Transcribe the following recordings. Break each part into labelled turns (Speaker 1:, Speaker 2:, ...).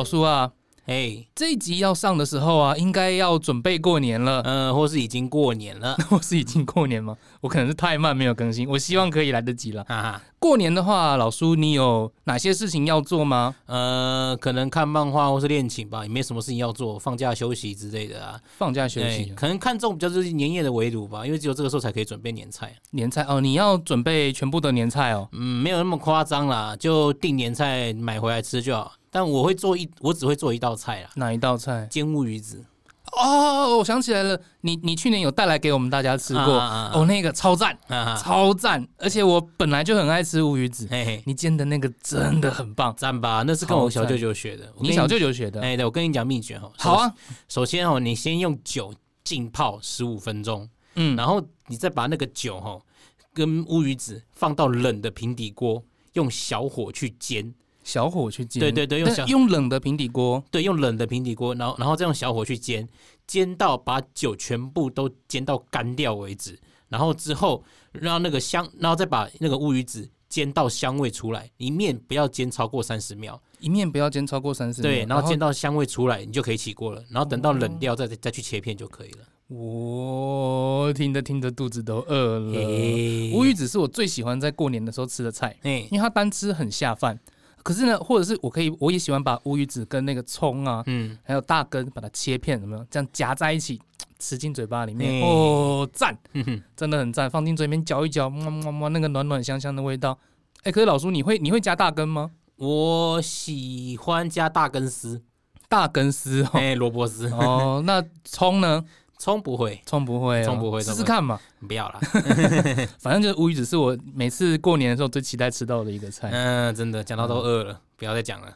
Speaker 1: 小叔啊，
Speaker 2: 嘿，
Speaker 1: 这一集要上的时候啊，应该要准备过年了。
Speaker 2: 嗯，或是已经过年了，
Speaker 1: 我是已经过年吗？我可能是太慢没有更新，我希望可以来得及了。
Speaker 2: 哈哈，
Speaker 1: 过年的话，老叔你有哪些事情要做吗？
Speaker 2: 呃，可能看漫画或是恋情吧，也没什么事情要做，放假休息之类的啊。
Speaker 1: 放假休息
Speaker 2: 对，可能看重比较就是年夜的围炉吧，因为只有这个时候才可以准备年菜。
Speaker 1: 年菜哦，你要准备全部的年菜哦。
Speaker 2: 嗯，没有那么夸张啦，就订年菜买回来吃就好。但我会做一，我只会做一道菜啦，
Speaker 1: 哪一道菜？
Speaker 2: 煎乌鱼子。
Speaker 1: 哦，我想起来了，你你去年有带来给我们大家吃过
Speaker 2: 啊啊啊啊
Speaker 1: 哦，那个超赞，
Speaker 2: 哈哈，
Speaker 1: 超赞！而且我本来就很爱吃乌鱼子，
Speaker 2: 嘿嘿，
Speaker 1: 你煎的那个真的很棒，
Speaker 2: 赞吧，那是跟
Speaker 1: 超
Speaker 2: 我小舅
Speaker 1: 赞
Speaker 2: 舅学的。我
Speaker 1: 你
Speaker 2: 跟
Speaker 1: 小舅舅学的。
Speaker 2: 哎，对，我跟你讲秘诀哦。
Speaker 1: 好啊，
Speaker 2: 首先哦，你先用酒浸泡十五分钟，
Speaker 1: 嗯，
Speaker 2: 然后你再把那个酒哈跟乌鱼子放到冷的平底锅，用小火去煎。
Speaker 1: 小火去煎，
Speaker 2: 对对对，用
Speaker 1: 但
Speaker 2: 小
Speaker 1: 用冷的平底锅，
Speaker 2: 对用冷的平底锅，然后然后再用小火去煎，煎到把酒全部都煎到干掉为止。然后之后让那个香，然后再把那个乌鱼子煎到香味出来，一面不要煎超过三十秒。
Speaker 1: 一面不要煎超过三十秒，
Speaker 2: 对，然后
Speaker 1: 后嗯
Speaker 2: 煎到香味出来，你就可以起锅了。然后等到冷掉再再去切片就可以了。
Speaker 1: 我听着听着肚子都饿了。
Speaker 2: 诶
Speaker 1: 呃乌鱼子是我最喜欢在过年的时候吃的菜，
Speaker 2: 哎
Speaker 1: 因为它单吃很下饭。可是呢，或者是我可以，我也喜欢把乌鱼子跟那个葱 啊，
Speaker 2: 嗯，
Speaker 1: 还有大根，把它切片，有没有？这样夹在一起，吃进嘴巴里面，
Speaker 2: 哎
Speaker 1: 哦，赞，
Speaker 2: 哼哼
Speaker 1: 真的很赞。放进嘴里面嚼一嚼，么么么，那个暖暖香香的味道。哎，可是老叔，你会你会加大根吗？
Speaker 2: 我喜欢加大根丝，
Speaker 1: 大根丝哦，
Speaker 2: 哎，萝卜丝，
Speaker 1: 哦，那葱呢？
Speaker 2: 葱不会，
Speaker 1: 葱不会、哦，
Speaker 2: 葱不会
Speaker 1: 试
Speaker 2: 葱
Speaker 1: 试
Speaker 2: 不会
Speaker 1: 看嘛。
Speaker 2: 不要啦。
Speaker 1: 反正就是乌鱼子是我每次过年的时候最期待吃到的一个菜。
Speaker 2: 嗯，真的讲到都饿了，不要再讲了，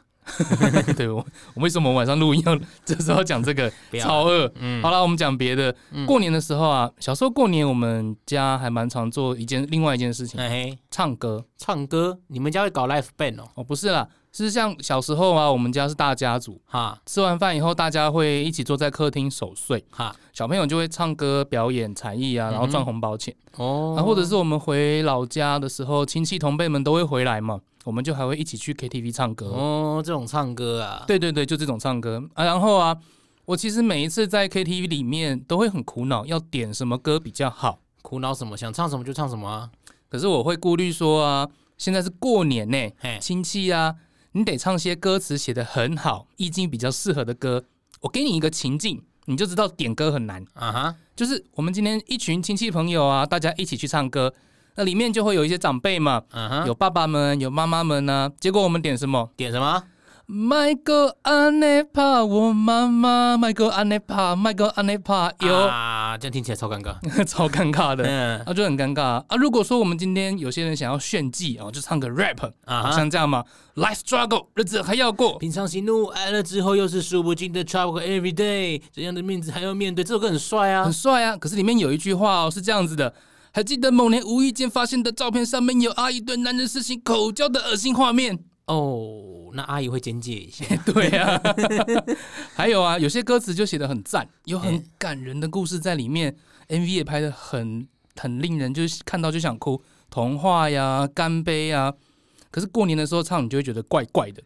Speaker 1: 对我，我为什么晚上录音要 这时候讲这个？
Speaker 2: 不要啦。
Speaker 1: 超饿。
Speaker 2: 嗯
Speaker 1: 好了，我们讲别的。
Speaker 2: 嗯
Speaker 1: 过年的时候啊，小时候过年我们家还蛮常做一件另外一件事情，
Speaker 2: 哎嘿，
Speaker 1: 唱歌。
Speaker 2: 唱歌，你们家会搞 live band 哦？
Speaker 1: 哦，不是啦，是像小时候啊，我们家是大家族，
Speaker 2: 哈
Speaker 1: 吃完饭以后大家会一起坐在客厅守岁，
Speaker 2: 哈
Speaker 1: 小朋友就会唱歌、表演才艺啊，然后赚红包钱。
Speaker 2: 哦
Speaker 1: 啊，或者是我们回老家的时候，亲戚同辈们都会回来嘛，我们就还会一起去 KTV 唱歌。
Speaker 2: 哦，这种唱歌啊，
Speaker 1: 对对对，就这种唱歌啊。然后啊，我其实每一次在 KTV 里面都会很苦恼，要点什么歌比较好。
Speaker 2: 苦恼什么？想唱什么就唱什么啊。
Speaker 1: 可是我会顾虑说啊，现在是过年呢、
Speaker 2: 嘿，
Speaker 1: 亲戚啊，你得唱些歌词写得很好、意境比较适合的歌。我给你一个情境，你就知道点歌很难。
Speaker 2: 啊哈，
Speaker 1: 就是我们今天一群亲戚朋友啊，大家一起去唱歌，那里面就会有一些长辈嘛，
Speaker 2: 啊哈，
Speaker 1: 有爸爸们，有妈妈们呢、结果我们点什么？
Speaker 2: 点什么？
Speaker 1: 麦哥安内帕，我妈妈麦哥安内帕，麦哥安内帕，有、
Speaker 2: 啊，这样听起来超尴尬。
Speaker 1: 超尴尬的，
Speaker 2: 嗯
Speaker 1: 啊就很尴尬啊。啊如果说我们今天有些人想要炫技啊，就唱个 rap，、
Speaker 2: 啊哈，
Speaker 1: 像这样嘛，life struggle 日子还要过，
Speaker 2: 平常喜怒哀乐之后，又是数不尽的 trouble every day，这样的面子还要面对，这首歌很帅啊
Speaker 1: 很。帅啊。可是里面有一句话哦，是这样子的。还记得某年无意间发现的照片，上面有阿姨对男人实行口交的恶心画面。
Speaker 2: 哦，那阿姨会简介一下。
Speaker 1: 对啊，还有啊，有些歌词就写的很赞，有很感人的故事在里面、m v 也拍的很很令人就是看到就想哭，童话呀、干杯呀。可是过年的时候唱，你就会觉得怪怪的，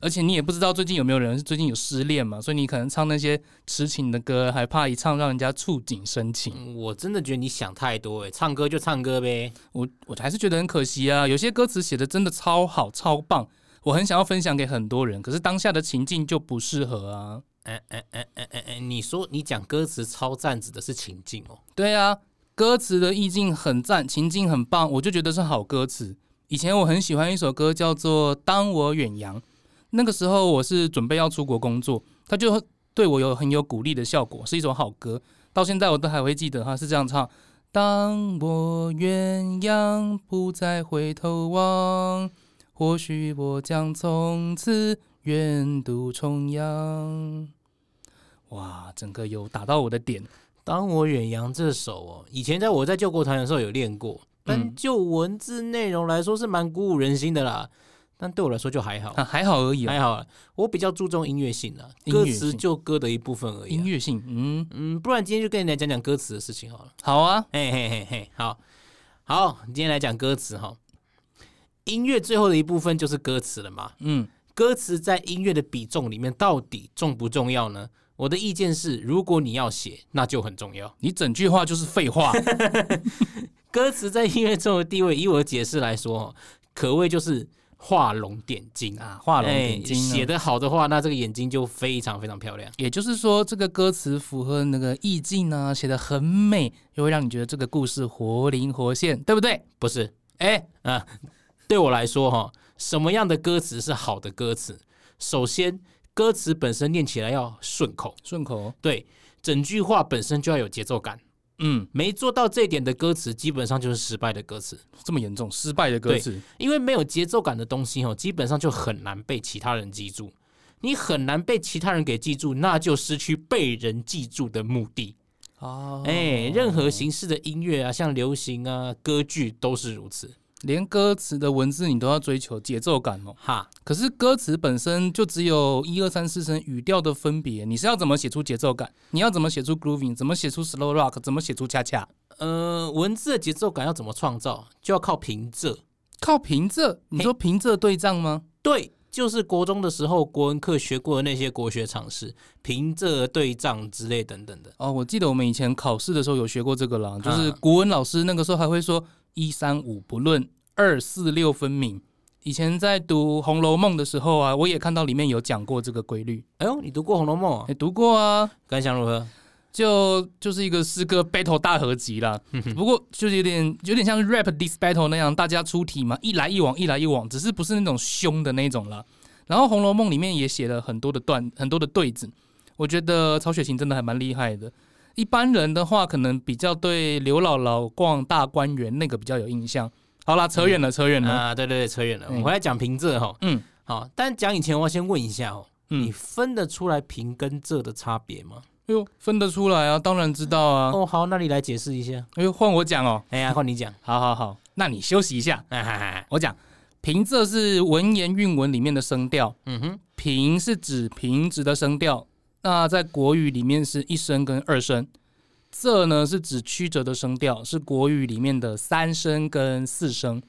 Speaker 1: 而且你也不知道最近有没有人最近有失恋嘛，所以你可能唱那些痴情的歌，还怕一唱让人家触景生情。
Speaker 2: 嗯我真的觉得你想太多哎，唱歌就唱歌呗。
Speaker 1: 我我还是觉得很可惜啊，有些歌词写的真的超好、超棒，我很想要分享给很多人，可是当下的情境就不适合啊。
Speaker 2: 哎哎哎哎哎哎，你说你讲歌词超赞指的是情境哦。
Speaker 1: 对啊，歌词的意境很赞，情境很棒，我就觉得是好歌词。以前我很喜欢一首歌叫做《当我远洋》，那个时候我是准备要出国工作，它就对我有很有鼓励的效果，是一首好歌。到现在我都还会记得，它是这样唱：当我远洋，不再回头望，或许我将从此远渡重洋。哇，整个有打到我的点。
Speaker 2: 当我远洋这首哦，以前在我在救国团的时候有练过，但
Speaker 1: 嗯
Speaker 2: 就文字内容来说是蛮鼓舞人心的啦。但对我来说就还好，
Speaker 1: 啊，还好而已、哦。
Speaker 2: 还好啦。我比较注重音乐性啊，
Speaker 1: 音乐
Speaker 2: 歌
Speaker 1: 性
Speaker 2: 词就歌的一部分而已啊、
Speaker 1: 音乐性，嗯，
Speaker 2: 嗯，不然今天就跟你来讲讲歌词的事情好了。
Speaker 1: 好啊，
Speaker 2: 嘿嘿嘿嘿，好好，今天来讲歌词哈。音乐最后的一部分就是歌词了嘛。
Speaker 1: 嗯，
Speaker 2: 歌词在音乐的比重里面到底重不重要呢？我的意见是，如果你要写，那就很重要。
Speaker 1: 你整句话就是废话。
Speaker 2: 歌词在音乐中的地位，以我的解释来说，可谓就是画龙点 睛
Speaker 1: 啊画龙点睛
Speaker 2: 哎
Speaker 1: 呢
Speaker 2: 写、得好的话，那这个眼睛就非常非常漂亮。
Speaker 1: 也就是说，这个歌词符合那个意境呢、写的很美，又会让你觉得这个故事活灵活现，对不对？
Speaker 2: 不是，
Speaker 1: 哎，
Speaker 2: 啊，对我来说哈，什么样的歌词是好的歌词？首先，歌词本身念起来要顺口，
Speaker 1: 顺口，
Speaker 2: 对，整句话本身就要有节奏感。
Speaker 1: 嗯，
Speaker 2: 没做到这一点的歌词，基本上就是失败的歌词，
Speaker 1: 这么严重，失败的歌词，
Speaker 2: 因为没有节奏感的东西哦，基本上就很难被其他人记住。你很难被其他人给记住，那就失去被人记住的目的。
Speaker 1: 哦
Speaker 2: 哎、任何形式的音乐啊，像流行啊、歌剧都是如此。
Speaker 1: 连歌词的文字你都要追求节奏感哦。
Speaker 2: 哈，
Speaker 1: 可是歌词本身就只有一二三四声语调的分别，你是要怎么写出节奏感？你要怎么写出 grooving？怎么写出 slow rock？怎么写出恰恰？
Speaker 2: 呃，文字的节奏感要怎么创造，就要靠平仄。
Speaker 1: 靠平仄？你说平仄对仗吗？
Speaker 2: 对，就是国中的时候国文课学过的那些国学常识，平仄对仗之类等等的。
Speaker 1: 哦，我记得我们以前考试的时候有学过这个啦，就是国文老师那个时候还会说一三五不论，二四六分明。以前在读《红楼梦》的时候啊，我也看到里面有讲过这个规律，
Speaker 2: 哎呦，你读过《红楼梦》啊
Speaker 1: 也、？读过啊，
Speaker 2: 感想如何？
Speaker 1: 就就是一个诗歌 battle 大合集啦。不过就是有点有点像 rap this battle 那样，大家出题嘛，一来一往，一来一往，只是不是那种凶的那种啦。然后《红楼梦》里面也写了很多的段，很多的对子。我觉得曹雪芹真的还蛮厉害的。一般人的话，可能比较对刘姥姥逛大观园那个比较有印象。好啦，扯远了，扯远了。
Speaker 2: 啊，对对对，扯远了，我
Speaker 1: 嗯
Speaker 2: 们回来讲平仄哈。
Speaker 1: 嗯，
Speaker 2: 好，但讲以前我要先问一下哦，
Speaker 1: 嗯
Speaker 2: 你分得出来平跟仄的差别吗？
Speaker 1: 哎呦，分得出来啊，当然知道啊。
Speaker 2: 哦，好，那你来解释一下。
Speaker 1: 哎呦，换我讲哦。
Speaker 2: 哎呀，换 你讲。
Speaker 1: 好好好，那你休息一下。
Speaker 2: 哎哈哈
Speaker 1: 我讲平仄是文言韵文里面的声调，
Speaker 2: 嗯哼，
Speaker 1: 平是指平直的声调，那在国语里面是一声跟二声。仄呢是指曲折的声调，是国语里面的三声跟四声。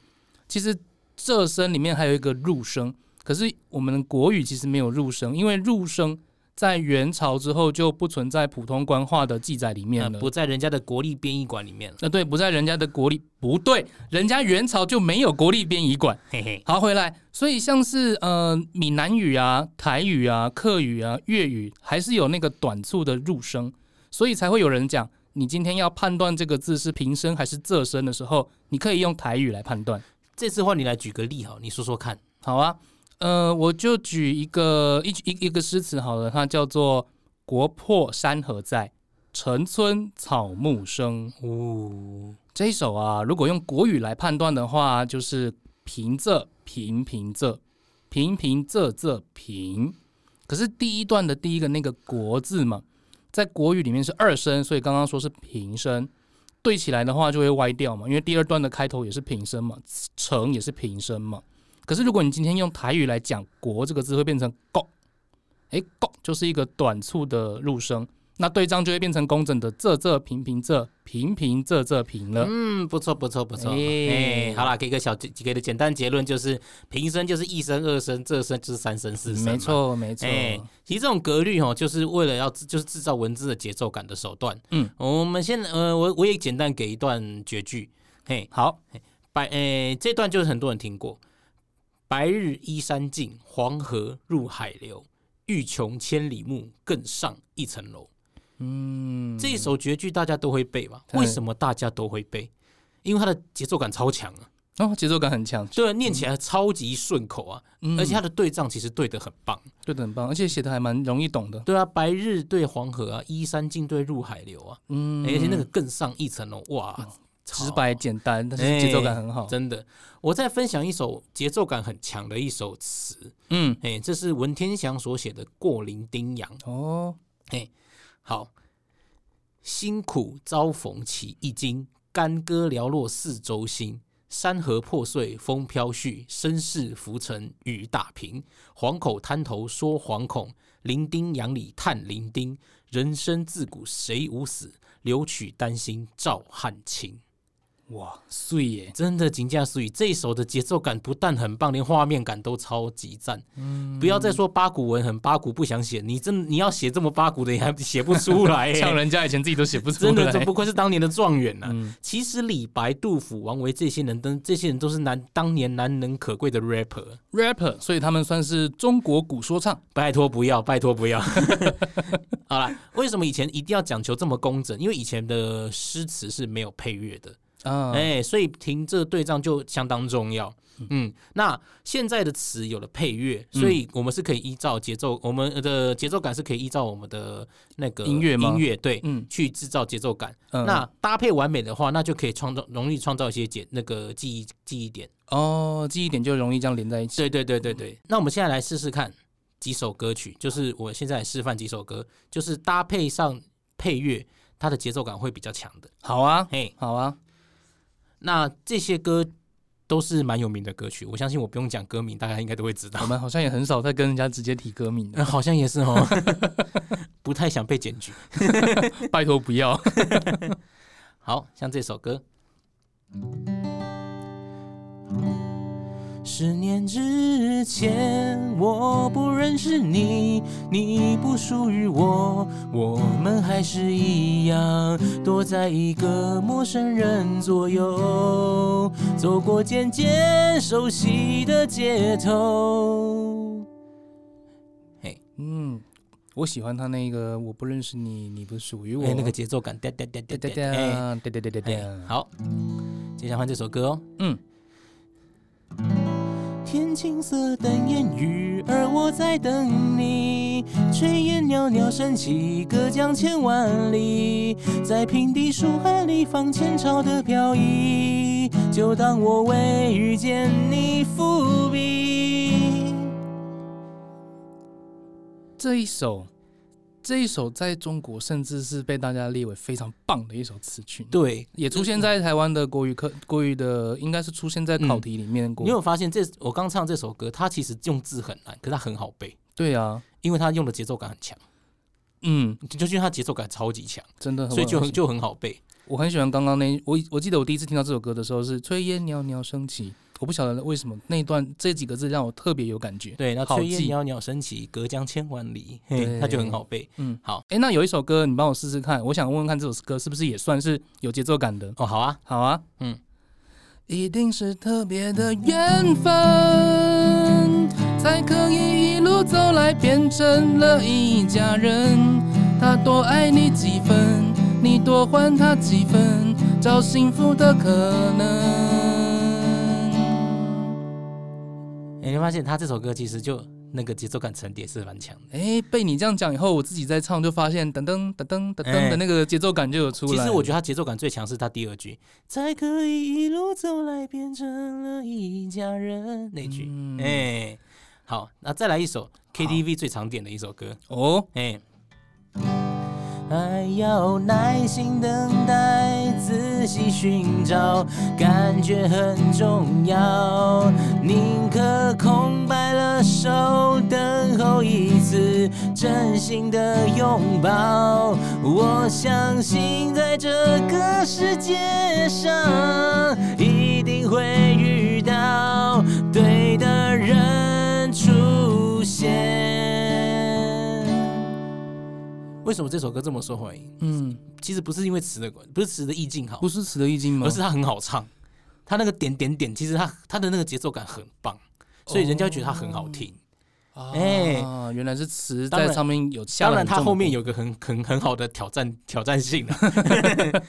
Speaker 1: 其实仄声里面还有一个入声，可是我们国语其实没有入声，因为入声在元朝之后就不存在普通官话的记载里
Speaker 2: 呃
Speaker 1: 面了。
Speaker 2: 不在人家的国立编译馆里面了。
Speaker 1: 那对，不在人家的国立，不对，人家元朝就没有国立编译馆。
Speaker 2: 嘿嘿，
Speaker 1: 好，回来，所以像是呃闽南语啊、台语啊、客语啊、粤语，还是有那个短促的入声，所以才会有人讲，你今天要判断这个字是平声还是仄声的时候，你可以用台语来判断。
Speaker 2: 这次换你来举个例好，你说说看。
Speaker 1: 好啊，呃，我就举一个一一一个诗词好了，它叫做“国破山河在，城村草木生”。
Speaker 2: 哦，
Speaker 1: 这一首啊，如果用国语来判断的话，就是平仄平平仄平平仄仄平。可是第一段的第一个那个“国”字嘛，在国语里面是二声，所以刚刚说是平声，对起来的话就会歪掉嘛，因为第二段的开头也是平声嘛，成也是平声嘛。可是如果你今天用台语来讲“国”这个字，会变成“国”，诶，“国”就是一个短促的入声，那对仗就会变成工整的仄仄平平仄平平仄仄平了。
Speaker 2: 嗯，不错，不错，不错。哎、
Speaker 1: 哎
Speaker 2: 好啦，给个小结给个简单结论，就是平声就是一声、二声、这声就是三声、四
Speaker 1: 嗯
Speaker 2: 声。
Speaker 1: 没。错，没错。
Speaker 2: 哎、其实这种格律哦，就是为了要制就是制造文字的节奏感的手段。
Speaker 1: 嗯，
Speaker 2: 我们先呃，我我也简单给一段绝句。嘿，
Speaker 1: 好，
Speaker 2: 白哎、这段就是很多人听过：白日依山尽，黄河入海流。欲穷千里目，更上一层楼。
Speaker 1: 嗯，
Speaker 2: 这一首绝句大家都会背吧？
Speaker 1: 对
Speaker 2: 为什么大家都会背？因为它的节奏感超强啊，
Speaker 1: 哦，节奏感很强，
Speaker 2: 对啊，念起来超级顺口啊，
Speaker 1: 嗯
Speaker 2: 而且它的对仗其实对得很棒。
Speaker 1: 对的很棒，而且写的还蛮容易懂的。
Speaker 2: 对啊，白日对黄河啊，依山尽对入海流啊，
Speaker 1: 嗯，
Speaker 2: 而且那个更上一层楼，哇，超
Speaker 1: 直白简单，但是节奏感很好。
Speaker 2: 哎真的。我再分享一首节奏感很强的一首词，
Speaker 1: 嗯，
Speaker 2: 哎，这是文天祥所写的《过林丁洋》。
Speaker 1: 哦，
Speaker 2: 好，辛苦遭逢起一经，干戈寥落四周星。山河破碎风飘絮，身世浮沉雨打萍。惶口滩头说惶恐，零丁洋里叹零丁。人生自古谁无死，留取丹心照汗青。
Speaker 1: 哇，碎耶！
Speaker 2: 真的金价属于这一首的节奏感不但很棒，连画面感都超级赞。
Speaker 1: 嗯
Speaker 2: 不要再说八股文很八股不想写，你真你要写这么八股的，你还写不出来、
Speaker 1: 像
Speaker 2: 欸。
Speaker 1: 人家以前自己都写不出来，
Speaker 2: 真的，这不愧是当年的状元呐、
Speaker 1: 嗯
Speaker 2: 其实李白、杜甫、王维这些人，都这些人都是难当年难能可贵的 rapper。
Speaker 1: rapper，所以他们算是中国古说唱。
Speaker 2: 拜托不要，拜托不要。 好啦，为什么以前一定要讲求这么工整？因为以前的诗词是没有配乐的，
Speaker 1: 啊、
Speaker 2: 哎、所以听这个对仗就相当重要。嗯，那现在的词有了配乐，
Speaker 1: 嗯
Speaker 2: 所以我们是可以依照节奏，我们呃的节奏感是可以依照我们的那个
Speaker 1: 音乐吗
Speaker 2: 音乐对，
Speaker 1: 嗯
Speaker 2: 去制造节奏感。
Speaker 1: 嗯，
Speaker 2: 那搭配完美的话，那就可以创造容易创造一些节那个记忆记忆点。
Speaker 1: 哦，记忆点就容易这样连在一起。
Speaker 2: 对对对对对。那我们现在来试试看几首歌曲，就是我现在来示范几首歌，就是搭配上配乐，它的节奏感会比较强的。
Speaker 1: 好啊，
Speaker 2: 嘿，
Speaker 1: 好 啊，
Speaker 2: 那这些歌都是蛮有名的歌曲，我相信我不用讲歌名，大家应该都会知道
Speaker 1: 我。们好像也很少在跟人家直接提歌名的，
Speaker 2: 嗯， 好像也是哦，不太想被检举。
Speaker 1: 拜托不 要。
Speaker 2: 好像这首歌。十年之前，我不认识你，你不属于我，我们还是一样，躲在一个陌生人左右，走过渐渐熟悉的街头。
Speaker 1: 嗯，我喜欢他那个，我不认识你，你不属于我。
Speaker 2: 哎，那个节奏感，哒哒哒
Speaker 1: 哒哒
Speaker 2: 哒哒，哎，
Speaker 1: 哒，哒哒哒哒
Speaker 2: 哎，
Speaker 1: 哒。
Speaker 2: 好，接下来换这首歌哦。
Speaker 1: 嗯，
Speaker 2: 天青色等烟雨，而我在等你。炊烟袅袅升起，隔江千万里，在平地书海里放前朝的飘逸。就当我为遇见你伏笔。
Speaker 1: 这一首，这一首在中国甚至是被大家列为非常棒的一首词曲，
Speaker 2: 对，
Speaker 1: 也出现在台湾的国语课、国语的，应该是出现在考题里面过。
Speaker 2: 你嗯有发现这我刚唱这首歌，它其实用字很难，可是它很好背，
Speaker 1: 对啊，
Speaker 2: 因为它用的节奏感很强，
Speaker 1: 嗯，
Speaker 2: 就就因为它节奏感超级强，
Speaker 1: 真的很，
Speaker 2: 所以就很就很好背。
Speaker 1: 我很喜欢刚刚那我我记得我第一次听到这首歌的时候是“炊烟袅袅升起”，我不晓得为什么那一段这几个字让我特别有感觉。
Speaker 2: 对，那
Speaker 1: 好
Speaker 2: 炊烟
Speaker 1: 记
Speaker 2: 袅袅升起，隔江千万里，
Speaker 1: 对
Speaker 2: 嘿，它就很好背。
Speaker 1: 嗯，
Speaker 2: 好，
Speaker 1: 哎，那有一首歌你帮我试试看，我想问问看这首歌是不是也算是有节奏感的？
Speaker 2: 哦，好啊，
Speaker 1: 好啊，
Speaker 2: 嗯，
Speaker 1: 一定是特别的缘分，才可以一路走来变成了一家人。他多爱你几分，你多还他几分，找幸福的可能。
Speaker 2: 你会发现他这首歌其实就那个节奏感沉淀是蛮强的。
Speaker 1: 哎，被你这样讲以后，我自己在唱就发现噔噔噔噔噔噔
Speaker 2: 哎
Speaker 1: 的那个节奏感就有出
Speaker 2: 其
Speaker 1: 来。
Speaker 2: 实我觉得他节奏感最强是他第二句，才可以一路走来变成了一家人那句。哎、
Speaker 1: 嗯
Speaker 2: 好，那再来一首 KTV 最常点的一首歌。
Speaker 1: 哦，
Speaker 2: 哎，还要耐心等待，仔细寻找，感觉很重要。宁可空白了手，等候一次真心的拥抱。我相信在这个世界上，一定会遇到对的人出现。为什么这首歌这么受欢迎？
Speaker 1: 嗯，
Speaker 2: 其实不是因为词的关，不是词的意境好
Speaker 1: 不，是词的意境吗？
Speaker 2: 而是它很好唱。它那个点点点，其实它它的那个节奏感很棒，所以人家会觉得它很好听。哎
Speaker 1: 啊，原来是词
Speaker 2: 当
Speaker 1: 在
Speaker 2: 然
Speaker 1: 上面有下
Speaker 2: 当
Speaker 1: 了
Speaker 2: 然，
Speaker 1: 很重的功夫，
Speaker 2: 它后面有个很很很好的挑战挑战性 的。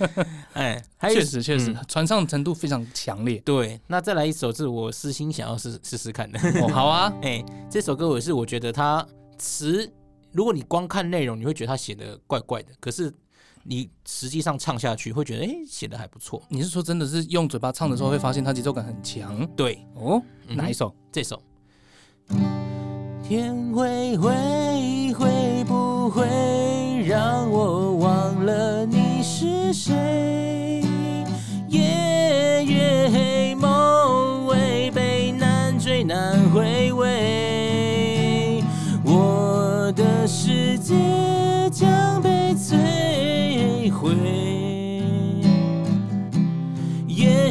Speaker 2: 哎，还有一
Speaker 1: 确实确实、
Speaker 2: 嗯。
Speaker 1: 传唱程度非常强烈
Speaker 2: 对。那再来一首是我私心想要试试试看的。
Speaker 1: 哦，好啊，
Speaker 2: 哎，这首歌我是我觉得它词，如果你光看内容，你会觉得它写的怪怪的，可是你实际上唱下去，会觉得哎写的还不错。
Speaker 1: 你是说真的是用嘴巴唱的时候会发现它节奏感很强
Speaker 2: 对，
Speaker 1: 哦？
Speaker 2: 嗯哼
Speaker 1: 哪一首？
Speaker 2: 这首。天会会会不会让我忘了你是谁？夜月黑梦违背难追难回味，我的世界将被摧毁。夜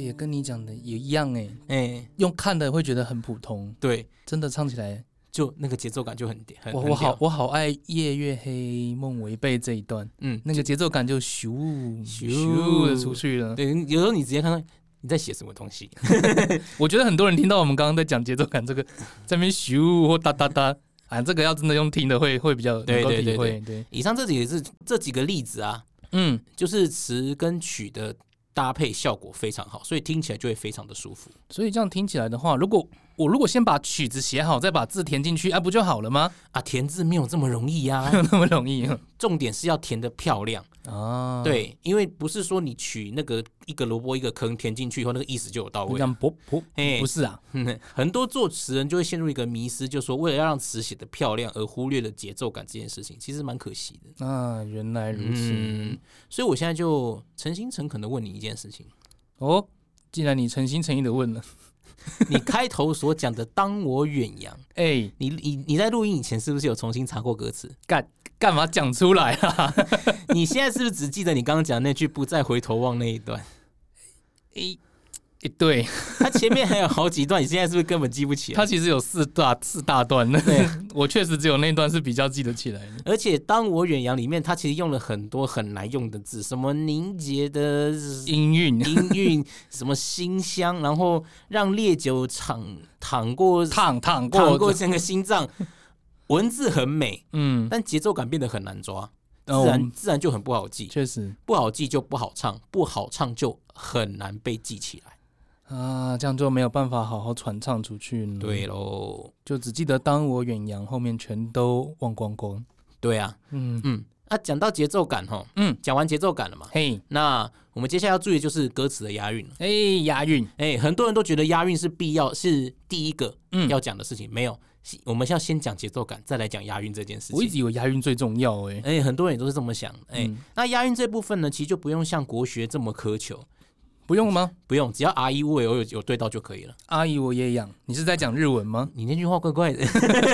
Speaker 1: 也跟你哎讲的也一样哎，
Speaker 2: 哎、
Speaker 1: 用看的会觉得很普通，
Speaker 2: 对，
Speaker 1: 真的唱起来，
Speaker 2: 就那个节奏感就很很
Speaker 1: 我
Speaker 2: 很
Speaker 1: 我好
Speaker 2: 屌
Speaker 1: 我好爱夜月黑梦违背这一段，
Speaker 2: 嗯，
Speaker 1: 那个节奏感就咻
Speaker 2: 咻
Speaker 1: 咻的出去了。
Speaker 2: 对，有时候你直接看到你在写什么东西，
Speaker 1: 我觉得很多人听到我们刚刚在讲节奏感这个， 在那边咻或哒哒哒，啊，这个要真的用听的会会比较能
Speaker 2: 对
Speaker 1: 够
Speaker 2: 对
Speaker 1: 体
Speaker 2: 对
Speaker 1: 会。对，
Speaker 2: 以上这几个是这几个例子啊，
Speaker 1: 嗯，
Speaker 2: 就是词跟曲的搭配效果非常好，所以听起来就会非常的舒服。
Speaker 1: 所以这样听起来的话，如果我如果先把曲子写好，再把字填进去，啊，不就好了吗？
Speaker 2: 啊，填字没有这么容易呀、
Speaker 1: 没有那么容易
Speaker 2: 重点是要填的漂亮。
Speaker 1: 啊。，
Speaker 2: 对，因为不是说你取那个一个萝卜一个坑填进去以后，那个意思就有到
Speaker 1: 这
Speaker 2: 位了。
Speaker 1: 样不不
Speaker 2: 哎
Speaker 1: 不是啊，
Speaker 2: 嗯很多作词人就会陷入一个迷失，就说为了要让词写的漂亮而忽略了节奏感这件事情，其实蛮可惜的。
Speaker 1: 啊，原来如此。
Speaker 2: 嗯，所以我现在就诚心诚恳的问你一件事情：
Speaker 1: 哦，既然你诚心诚意的问了，
Speaker 2: 你开头所讲的“当我远扬
Speaker 1: 哎、”，
Speaker 2: 你你你在录音以前是不是有重新查过歌 词？
Speaker 1: 干干嘛讲出来啊？
Speaker 2: 你现在是不是只记得你刚刚讲那句“不再回头望”那一段？
Speaker 1: 哎、哎对，
Speaker 2: 它前面还有好几段，你现在是不是根本记不起来
Speaker 1: 它？其实有四大四大段， 那
Speaker 2: 对
Speaker 1: 我确实只有那段是比较记得起来的。
Speaker 2: 而且当我远扬里面，它其实用了很多很难用的字，什么凝 结的
Speaker 1: 音韵
Speaker 2: 音韵，什么馨香，然后让烈酒淌淌过
Speaker 1: 烫烫
Speaker 2: 淌
Speaker 1: 过，
Speaker 2: 过整个心脏。文字很美，
Speaker 1: 嗯，
Speaker 2: 但节奏感变得很难抓，自
Speaker 1: 哦
Speaker 2: 然自然就很不好记，
Speaker 1: 确实
Speaker 2: 不好记就不好唱，不好唱就很难被记起来。
Speaker 1: 啊，这样就没有办法好好传唱出去了。
Speaker 2: 对喽，
Speaker 1: 就只记得当我远扬，后面全都忘光光。
Speaker 2: 对啊，
Speaker 1: 嗯，
Speaker 2: 嗯，那、讲到节奏感吼，
Speaker 1: 嗯，
Speaker 2: 讲完节奏感了嘛，
Speaker 1: 嘿，
Speaker 2: 那我们接下来要注意的就是歌词的押韵了。
Speaker 1: 哎，押韵，
Speaker 2: 哎，很多人都觉得押韵是必要，是第一个
Speaker 1: 嗯
Speaker 2: 要讲的事情，没有，是我们是要先讲节奏感，再来讲押韵这件事情。
Speaker 1: 我一直以为押韵最重要哎。
Speaker 2: 哎、很多人也都是这么想。哎、
Speaker 1: 嗯
Speaker 2: 那押韵这部分呢，其实就不用像国学这么苛求，
Speaker 1: 不用吗？
Speaker 2: 不用，只要 R E 我有有有对到就可以了。
Speaker 1: 阿姨，我也养。你是在讲日文吗？
Speaker 2: 你那句话怪怪的，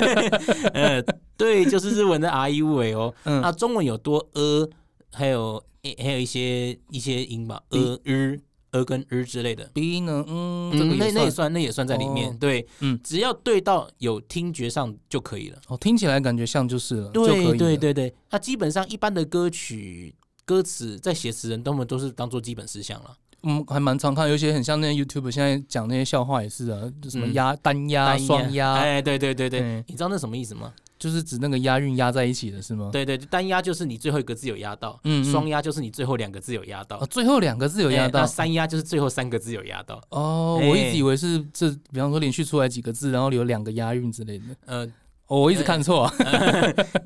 Speaker 2: 呃，对，就是日文的 R E 尾哦。
Speaker 1: 嗯
Speaker 2: 那中文有多呃，还有诶还有一些一些音吧，呃日呃跟日之类的。
Speaker 1: B 呢？嗯，这个
Speaker 2: 嗯，那
Speaker 1: 也
Speaker 2: 那
Speaker 1: 算。
Speaker 2: 也算，那也算在里面。
Speaker 1: 哦
Speaker 2: 对，
Speaker 1: 嗯
Speaker 2: 只要对到有听觉上就可以了。
Speaker 1: 哦，听起来感觉像就是了，就可以
Speaker 2: 对
Speaker 1: 了
Speaker 2: 对对对，那基本上一般的歌曲歌词在写词人，他们都是当做基本思想了。
Speaker 1: 嗯，还蛮常看，有一些很像那些 YouTube 现在讲那些笑话也是啊，就什么
Speaker 2: 嗯
Speaker 1: 压单
Speaker 2: 单
Speaker 1: 压、嗯
Speaker 2: 押
Speaker 1: 双压，
Speaker 2: 哎，对对对对，
Speaker 1: 对
Speaker 2: 你知道那什么意思吗？
Speaker 1: 就是指那个押韵压在一起的是吗？
Speaker 2: 对对，单押就是你最后一个字有押到，
Speaker 1: 嗯，嗯
Speaker 2: 双押就是你最后两个字有押到
Speaker 1: 哦，，最后两个字有压
Speaker 2: 哎
Speaker 1: 到
Speaker 2: 那。三押就是最后三个字有押到。
Speaker 1: 哦，
Speaker 2: 哎
Speaker 1: 我一直以为是这，比方说连续出来几个字，然后有两个押韵之类的。
Speaker 2: 呃，
Speaker 1: 哦，我一直看错啊。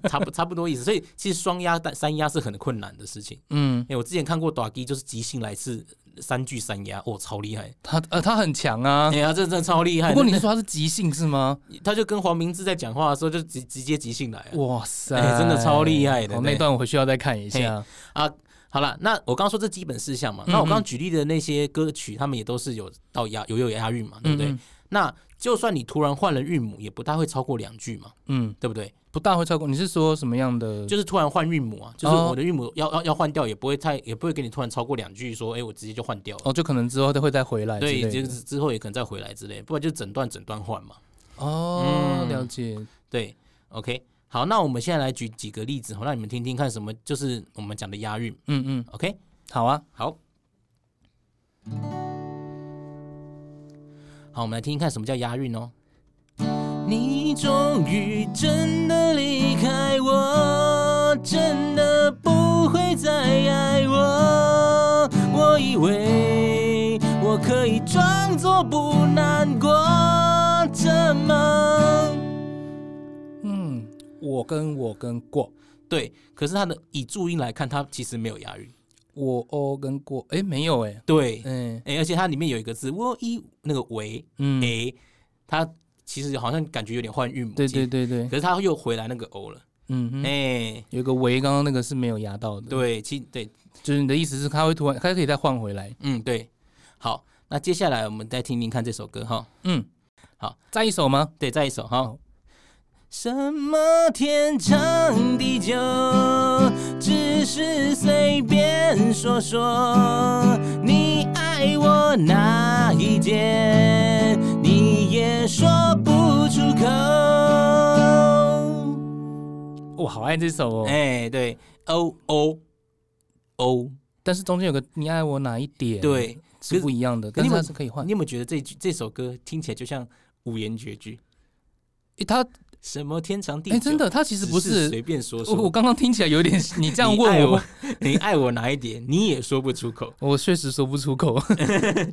Speaker 2: 差不差不多意思，所以其实双押、单三押是很困难的事情。
Speaker 1: 嗯，
Speaker 2: 哎、我之前看过短 G，就是即兴来是三句三押，哦，超厉害！
Speaker 1: 他呃他很强啊
Speaker 2: 哎。呀、这真的超厉害。
Speaker 1: 不过你
Speaker 2: 那
Speaker 1: 是说他是即兴是 吗？
Speaker 2: 那他就跟黄明志在讲话的时候，就直直接即兴来啊。
Speaker 1: 哇塞
Speaker 2: 哎，真的超厉害的
Speaker 1: 哦，
Speaker 2: 对
Speaker 1: 那段我回去要再看一下。
Speaker 2: 好了，那我刚刚说这基本事项嘛，
Speaker 1: 嗯
Speaker 2: 那我刚刚举例的那些歌曲，他们也都是有到押有有押韵嘛，对不对？
Speaker 1: 嗯
Speaker 2: 那就算你突然换了韵母，也不大会超过两句嘛，
Speaker 1: 嗯，
Speaker 2: 对不对？
Speaker 1: 不大会超过。你是说什么样的？
Speaker 2: 就是突然换韵母啊，就是
Speaker 1: 哦
Speaker 2: 我的韵母要要要换掉，也不会太也不会给你突然超过两句说，哎，我直接就换掉了。
Speaker 1: 哦，就可能之后都会再回来之类
Speaker 2: 对，
Speaker 1: 的。
Speaker 2: 就是之后也可能再回来之类，不然就整段整段换嘛。
Speaker 1: 哦，
Speaker 2: 嗯
Speaker 1: 了解。
Speaker 2: 对，OK，好，那我们现在来举几个例子，好，让你们听听看什么就是我们讲的押韵。
Speaker 1: 嗯嗯，
Speaker 2: OK，
Speaker 1: 好啊。
Speaker 2: 好，好，我们来听听看什么叫押韵哦。你终于真的离开我，真的不会再爱我。我以为我可以装作不难过，怎么？
Speaker 1: 嗯，我跟我跟过，
Speaker 2: 对，可是它的以注音来看，它其实没有押韵。
Speaker 1: 我哦跟过，哎，没有哎，
Speaker 2: 对，
Speaker 1: 哎，
Speaker 2: 哎、而且它里面有一个字，我以那个为
Speaker 1: 嗯，
Speaker 2: 诶，它其实好像感觉有点换韵母，
Speaker 1: 对对，对对
Speaker 2: 可，是它又回来那个 o 了，
Speaker 1: 嗯哼
Speaker 2: 哎、
Speaker 1: 有一个围，刚刚那个是没有压到的，，
Speaker 2: 对，其对，
Speaker 1: 就是你的意思是它会突然，它可以再换回来，
Speaker 2: 嗯，对，好，那接下来我们再听听看这首歌哈，
Speaker 1: 嗯，
Speaker 2: 好，
Speaker 1: 再一首吗？
Speaker 2: 对，再一首哈
Speaker 1: 好。
Speaker 2: 什么天长地久，只是随便说说。你爱爱我那一天，你也说不出口。
Speaker 1: 我好爱这首哦，
Speaker 2: 哎、对，O 哦 O O，
Speaker 1: 但是中间有个你爱我哪一点，，
Speaker 2: 对，
Speaker 1: 是不一样的，
Speaker 2: 可
Speaker 1: 但是
Speaker 2: 是你
Speaker 1: 它
Speaker 2: 们
Speaker 1: 是可以换
Speaker 2: 你。有没有觉得这句这首歌听起来就像五言绝句？
Speaker 1: 诶它
Speaker 2: 什么天长地久？
Speaker 1: 哎，真的，它其
Speaker 2: 只
Speaker 1: 实
Speaker 2: 是
Speaker 1: 不是。
Speaker 2: 随便说说。
Speaker 1: 我我刚刚听起来有点，你这
Speaker 2: 这
Speaker 1: 样问我，，
Speaker 2: 你爱我 哪一点？你也说不出口。
Speaker 1: 我确实说不出 口，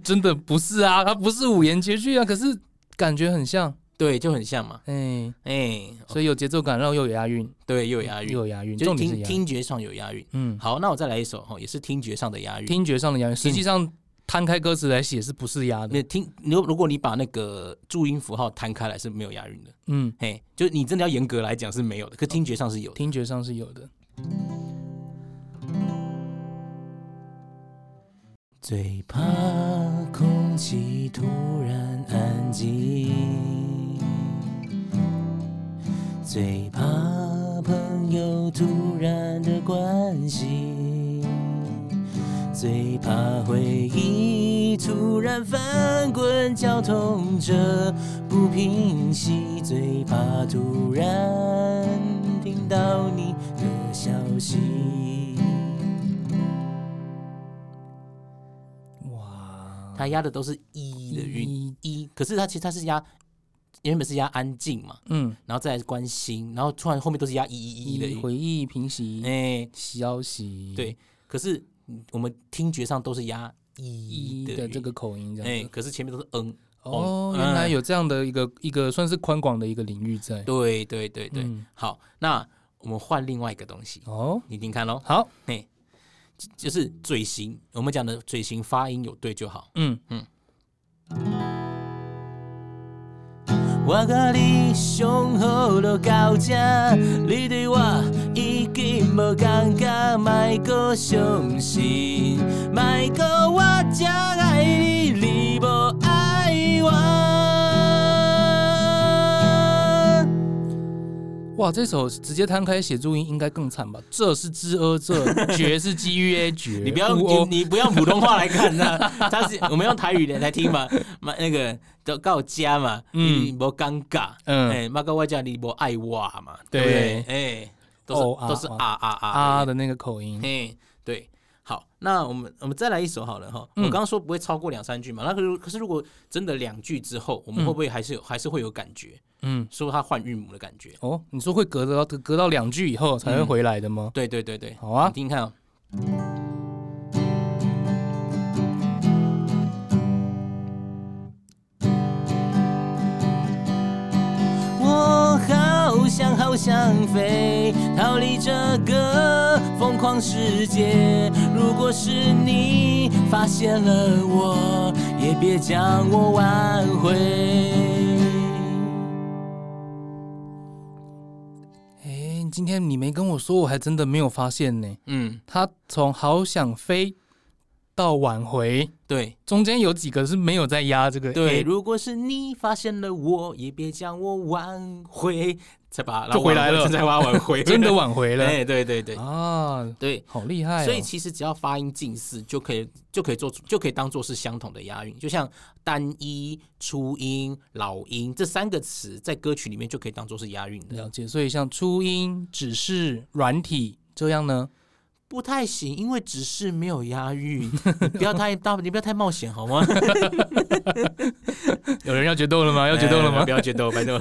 Speaker 1: 真的不是啊，它不是五言绝句啊，可是感觉很像，
Speaker 2: 对，就很像嘛。
Speaker 1: 哎、
Speaker 2: 哎、
Speaker 1: 所以有节奏感，然后又有押韵，
Speaker 2: 对，又有押韵
Speaker 1: 哦又，有押韵，
Speaker 2: 就
Speaker 1: 重
Speaker 2: 是
Speaker 1: 点是
Speaker 2: 听
Speaker 1: 押韵，
Speaker 2: 听觉上有押韵。
Speaker 1: 嗯，
Speaker 2: 好，那我再来一首哈，哦也是听觉上的押韵。
Speaker 1: 听觉上的押韵，实际上摊开歌词来写是不是押
Speaker 2: 没
Speaker 1: 的？
Speaker 2: 有听，如如果你把那个注音符号摊开来是没有押韵的，
Speaker 1: 嗯，
Speaker 2: 嘿，就是你真的要严格来讲是没有的，
Speaker 1: 哦
Speaker 2: 可听觉上是有的。
Speaker 1: 听觉上是有的。
Speaker 2: 最怕空气突然安静，最怕朋友突然的关心，最怕回忆突然翻滚，绞痛着不平息，最怕突然听到你的消息。
Speaker 1: 哇，
Speaker 2: 他压的都是一的韵，
Speaker 1: 嗯一
Speaker 2: 一，可是他其实他是压原本是压安静嘛，
Speaker 1: 嗯，
Speaker 2: 然后再来是关心，然后突然后面都是压一一一的
Speaker 1: 一
Speaker 2: 音，
Speaker 1: 回忆平息，
Speaker 2: 哎、
Speaker 1: 消息，
Speaker 2: 对，可是我们听觉上都是压一
Speaker 1: 一
Speaker 2: 的
Speaker 1: 的
Speaker 2: 韵
Speaker 1: 这个，口音这
Speaker 2: 哎、
Speaker 1: 样子。
Speaker 2: 可是前面都是嗯，
Speaker 1: 哦
Speaker 2: 哦，
Speaker 1: 原来
Speaker 2: 嗯
Speaker 1: 有这样的一个一个算是宽广的一个领域在。
Speaker 2: 对对对对，
Speaker 1: 嗯
Speaker 2: 好，那我们换另外一个东西，
Speaker 1: 哦，
Speaker 2: 你听看喽，
Speaker 1: 好，
Speaker 2: 就是嘴型，我们讲的嘴型发音有对就好，
Speaker 1: 嗯，
Speaker 2: 我甲你上好就到这，你对我已经无感觉，莫搁伤心，莫搁我这爱你，你无爱我。
Speaker 1: 哇，这首直接摊开写注音应该更惨吧？这是之阿，这绝是基于 A 绝，哦
Speaker 2: 你不要
Speaker 1: 乌
Speaker 2: 你
Speaker 1: 欧
Speaker 2: 你不要用普通话来看呐，他是我们用台语来来听嘛，嘛那个都到家嘛，
Speaker 1: 嗯
Speaker 2: 嗯，无尴尬，
Speaker 1: 嗯
Speaker 2: 哎，莫搁我这你无爱我嘛，对不
Speaker 1: 对
Speaker 2: 对？哎，都
Speaker 1: 哦啊
Speaker 2: 是都是
Speaker 1: 哇
Speaker 2: 啊啊啊
Speaker 1: 啊的那个口音，
Speaker 2: 嘿，对，好，那我们我们再来一首好了哈。
Speaker 1: 嗯
Speaker 2: 我刚刚说不会超过两三句嘛，那可是可是如果真的两句之后，我们会不会还是有、还是会有感觉，
Speaker 1: 嗯，
Speaker 2: 说它换韵母的感觉？
Speaker 1: 哦，你说会隔到隔到两句以后才会回来的吗？
Speaker 2: 对对对对，
Speaker 1: 好啊
Speaker 2: 你听听看、哦。我好想好想飞，逃离这个疯狂世界。如果是你发现了我，也别将我挽回。
Speaker 1: 哎，今天你没跟我说，我还真的没有发现呢。
Speaker 2: 嗯，
Speaker 1: 他从好想飞到挽回，
Speaker 2: 对
Speaker 1: 中间有几个是没有在压这个 A，
Speaker 2: 对，如果是你发现了我，也别将我挽回，再把它
Speaker 1: 就回来了
Speaker 2: 挽再把它挽回，
Speaker 1: 真 的挽回了
Speaker 2: 哎，对对对
Speaker 1: 啊，
Speaker 2: 对。
Speaker 1: 好厉害、哦！
Speaker 2: 所以其实只要发音近似，就可以就可以做出就可以当做是相同的押韵，就像单一、初音、老音这三个词在歌曲里面就可以当做是押韵的。
Speaker 1: 了解，所以像初音、只是软体这样 呢，
Speaker 2: 不太行，因为只是没有 押韵，你不要太大，你不要太冒险好吗？
Speaker 1: 有人要决斗了吗？要决斗了吗
Speaker 2: 哎？不要决 斗，拜托。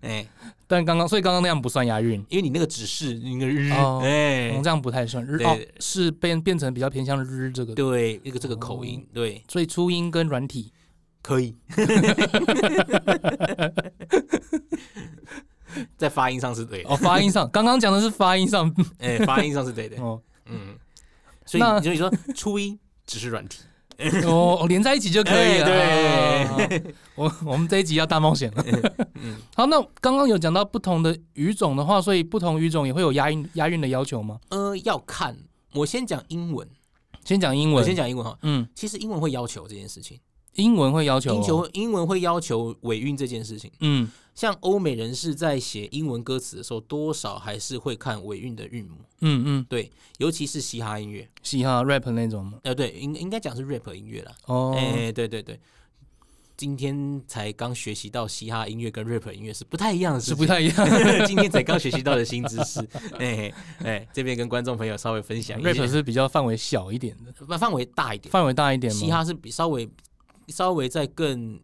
Speaker 2: 哎，
Speaker 1: 但刚刚，所以刚刚那样不算押韵，
Speaker 2: 因为你那个只是你那个日，
Speaker 1: 哦
Speaker 2: 哎、
Speaker 1: 我们这样不太算日
Speaker 2: 对
Speaker 1: 哦，是变变成比较偏向日这个，
Speaker 2: 对，那个这个口
Speaker 1: 哦
Speaker 2: 音，对，
Speaker 1: 所以初音跟软体
Speaker 2: 可以，在发音上是对的，
Speaker 1: 哦，发音上， 刚刚讲的是发音上
Speaker 2: 哎、发音上是对的，
Speaker 1: 哦
Speaker 2: 嗯，所以
Speaker 1: 那
Speaker 2: 所以说初音只是软体，
Speaker 1: 哦哦，连在一起就可以了。
Speaker 2: 哎
Speaker 1: 对，啊我我们这一集要大冒险了。
Speaker 2: 嗯，
Speaker 1: 好，那刚刚有讲到不同的语种的话，所以不同语种也会有押韵押韵的要求吗？
Speaker 2: 呃，要看，我先讲英文，
Speaker 1: 先讲英
Speaker 2: 我
Speaker 1: 文，
Speaker 2: 先讲英文哈，
Speaker 1: 嗯，
Speaker 2: 其实英文会要求这件事情，
Speaker 1: 英文会要求、哦，
Speaker 2: 英求英文会要求尾韵这件事情。
Speaker 1: 嗯，
Speaker 2: 像欧美人士在写英文歌词的时候，多少还是会看尾韵的韵母，
Speaker 1: 嗯嗯，
Speaker 2: 对，尤其是嘻哈音乐，
Speaker 1: 嘻哈 rap 那种吗？
Speaker 2: 呃，对，应应该讲是 rap 音乐啦。
Speaker 1: 哦，
Speaker 2: 哎、对对对，今天才刚学习到嘻哈音乐跟 rap 音乐是不太一样的事
Speaker 1: 是
Speaker 2: 情，
Speaker 1: 不太一样。
Speaker 2: 今天才刚学习到的新知识， 哎哎，这边跟观众朋友稍微分享一
Speaker 1: 嗯 rap
Speaker 2: 下，
Speaker 1: 是比较范围小一点的，
Speaker 2: 范范围大一点，
Speaker 1: 范围大一点吗？
Speaker 2: 嘻哈是比稍微稍微再更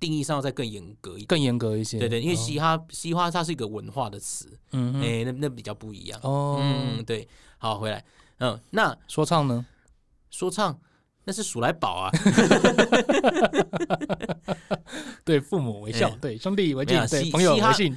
Speaker 2: 定义上再更严格一点，
Speaker 1: 更严格一些。
Speaker 2: 对对，因为
Speaker 1: 哦
Speaker 2: 嘻哈、嘻哈它是一个文化的词，
Speaker 1: 嗯哼
Speaker 2: 哎、那那比较不一样。
Speaker 1: 哦，
Speaker 2: 嗯，对，好，回来，嗯，那
Speaker 1: 说唱呢？
Speaker 2: 说唱那是数来宝 啊，
Speaker 1: 对父母微笑，
Speaker 2: 哎
Speaker 1: 对兄弟微
Speaker 2: 没
Speaker 1: 敬
Speaker 2: 有啊，
Speaker 1: 对
Speaker 2: 嘻
Speaker 1: 朋友
Speaker 2: 嘻哈
Speaker 1: 微信。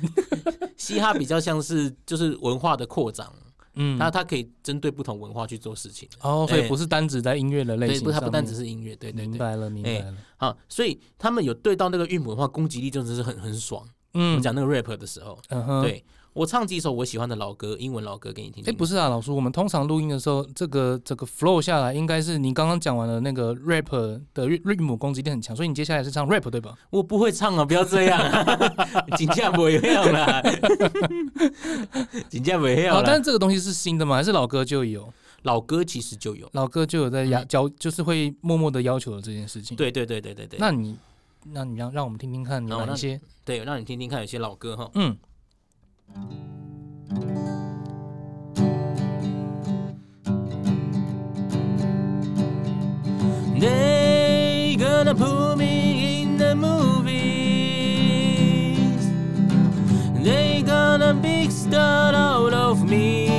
Speaker 2: 嘻哈比较像是就是文化的扩张，
Speaker 1: 嗯，
Speaker 2: 它它可以针对不同文化去做事情，
Speaker 1: 哦，所以
Speaker 2: 哎
Speaker 1: 不是单指在音乐的类
Speaker 2: 对，
Speaker 1: 型
Speaker 2: 不，它不
Speaker 1: 上
Speaker 2: 单
Speaker 1: 面
Speaker 2: 只是音乐，对对
Speaker 1: 明
Speaker 2: 对，
Speaker 1: 白了，明白
Speaker 2: 哎
Speaker 1: 了。
Speaker 2: 好，所以他们有对到那个韵母的话，攻击力真的是很很爽。我
Speaker 1: 嗯
Speaker 2: 们，讲那个 rap 的时候，
Speaker 1: 嗯哼，
Speaker 2: 对我唱几首我喜欢的老歌，英文老歌给你听
Speaker 1: 哎，
Speaker 2: 听。
Speaker 1: 不是啊，老师，我们通常录音的时候，这个这个 flow 下来，应该是你刚刚讲完了那个 rap 的韵韵母攻击力很强，所以你接下来是唱 rap 对吧？
Speaker 2: 我不会唱啊，不要这样、 紧张不会样啦，紧张不会
Speaker 1: 好，
Speaker 2: 样
Speaker 1: 但
Speaker 2: 啦
Speaker 1: 是。这个东西是新的吗？还是老歌就有？
Speaker 2: 老歌其实就有，
Speaker 1: 老歌就有在要
Speaker 2: 嗯
Speaker 1: 要，就是会默默的要求了这件事情。，
Speaker 2: 对对对对对对，
Speaker 1: 那你那你让让我们听听看
Speaker 2: 好
Speaker 1: 哪
Speaker 2: 那
Speaker 1: 一些？
Speaker 2: 对让你听听看有些老歌哈，
Speaker 1: 嗯，
Speaker 2: They gonna put me in the movies. They gonna big star out of me.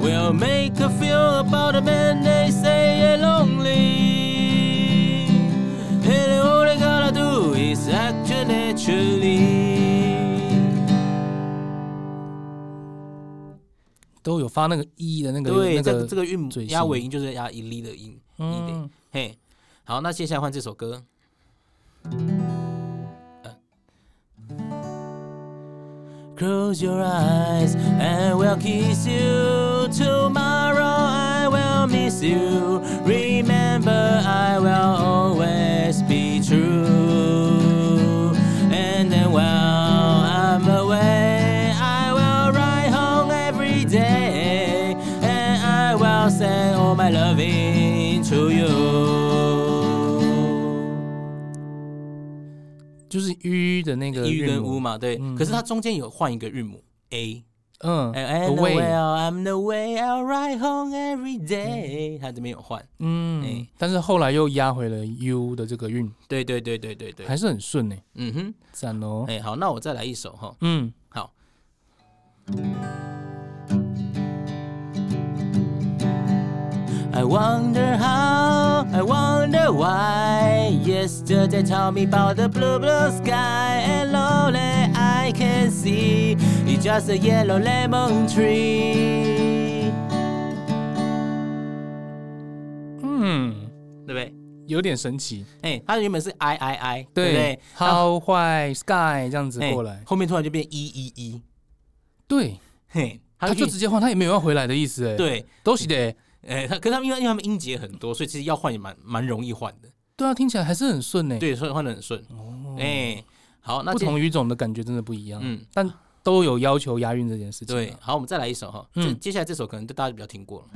Speaker 2: Will make a feel about a man they say is lonely. And all they gotta do is act naturally.
Speaker 1: 都有发那个一的那个
Speaker 2: 对，
Speaker 1: 那
Speaker 2: 这个
Speaker 1: 个
Speaker 2: 这个韵母
Speaker 1: 嘴
Speaker 2: 压
Speaker 1: 型
Speaker 2: 尾音就是压一粒的音，一点。
Speaker 1: 嗯，
Speaker 2: 嘿，好，那接下来换这首歌。呃 Close your eyes, I will kiss you. Tomorrow I will miss you. Remember, I will always be true. And then while I'm away, I will ride home every day. And I will send all my loving to you.
Speaker 1: 就是吁的那个
Speaker 2: 一
Speaker 1: 韵
Speaker 2: ，E 跟
Speaker 1: 母
Speaker 2: 乌嘛，对。
Speaker 1: 嗯
Speaker 2: 可是它中间有换一个韵母 a。
Speaker 1: 嗯
Speaker 2: And
Speaker 1: away
Speaker 2: I'm the way I'll ride home every day。它
Speaker 1: Mm.
Speaker 2: 这边有换。
Speaker 1: 嗯
Speaker 2: 哎，
Speaker 1: 但是后来又压回了 u 的这个韵，
Speaker 2: 对对对对对对。
Speaker 1: 还是很顺呢，
Speaker 2: 嗯哼。
Speaker 1: 赞哦。
Speaker 2: 哎，好，那我再来一首哈。
Speaker 1: 嗯，
Speaker 2: 好。I wonder how, I wonder why. Yesterday told me about the blue, blue sky, and all that I can see is just a yellow lemon tree。
Speaker 1: 嗯，
Speaker 2: 对不对？
Speaker 1: 有点神奇，
Speaker 2: 哎、它原本是 I I I，对不对？
Speaker 1: 好坏 sky 这样子
Speaker 2: 哎
Speaker 1: 过来，
Speaker 2: 后面突然就变一一一，
Speaker 1: 对，
Speaker 2: 嘿，
Speaker 1: 他就
Speaker 2: 去
Speaker 1: 直接换，他也没有要回来的意思，哎，，
Speaker 2: 对，
Speaker 1: 都是的，
Speaker 2: 哎、他可是他们因为因为他们音节很多，所以其实要换也蛮蛮容易换的。
Speaker 1: 对啊，听起来还是很顺呢，
Speaker 2: 对，所以换的很顺。
Speaker 1: 哦，
Speaker 2: 哎、好，那
Speaker 1: 不
Speaker 2: 接
Speaker 1: 同语种的感觉真的不一样，
Speaker 2: 嗯，
Speaker 1: 但都有要求押韵这件事情啊，
Speaker 2: 对，好，我们再来一首哈。
Speaker 1: 嗯
Speaker 2: 嗯，接下来这首可能对大家比较听过了。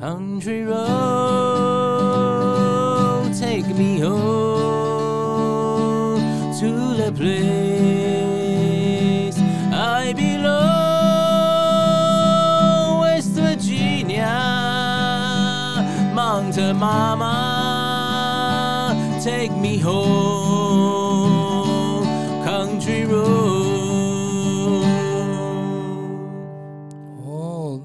Speaker 2: Country road, take me home to the place I belong, West Virginia, Mountain Mama, take me home, country road.
Speaker 1: 哦，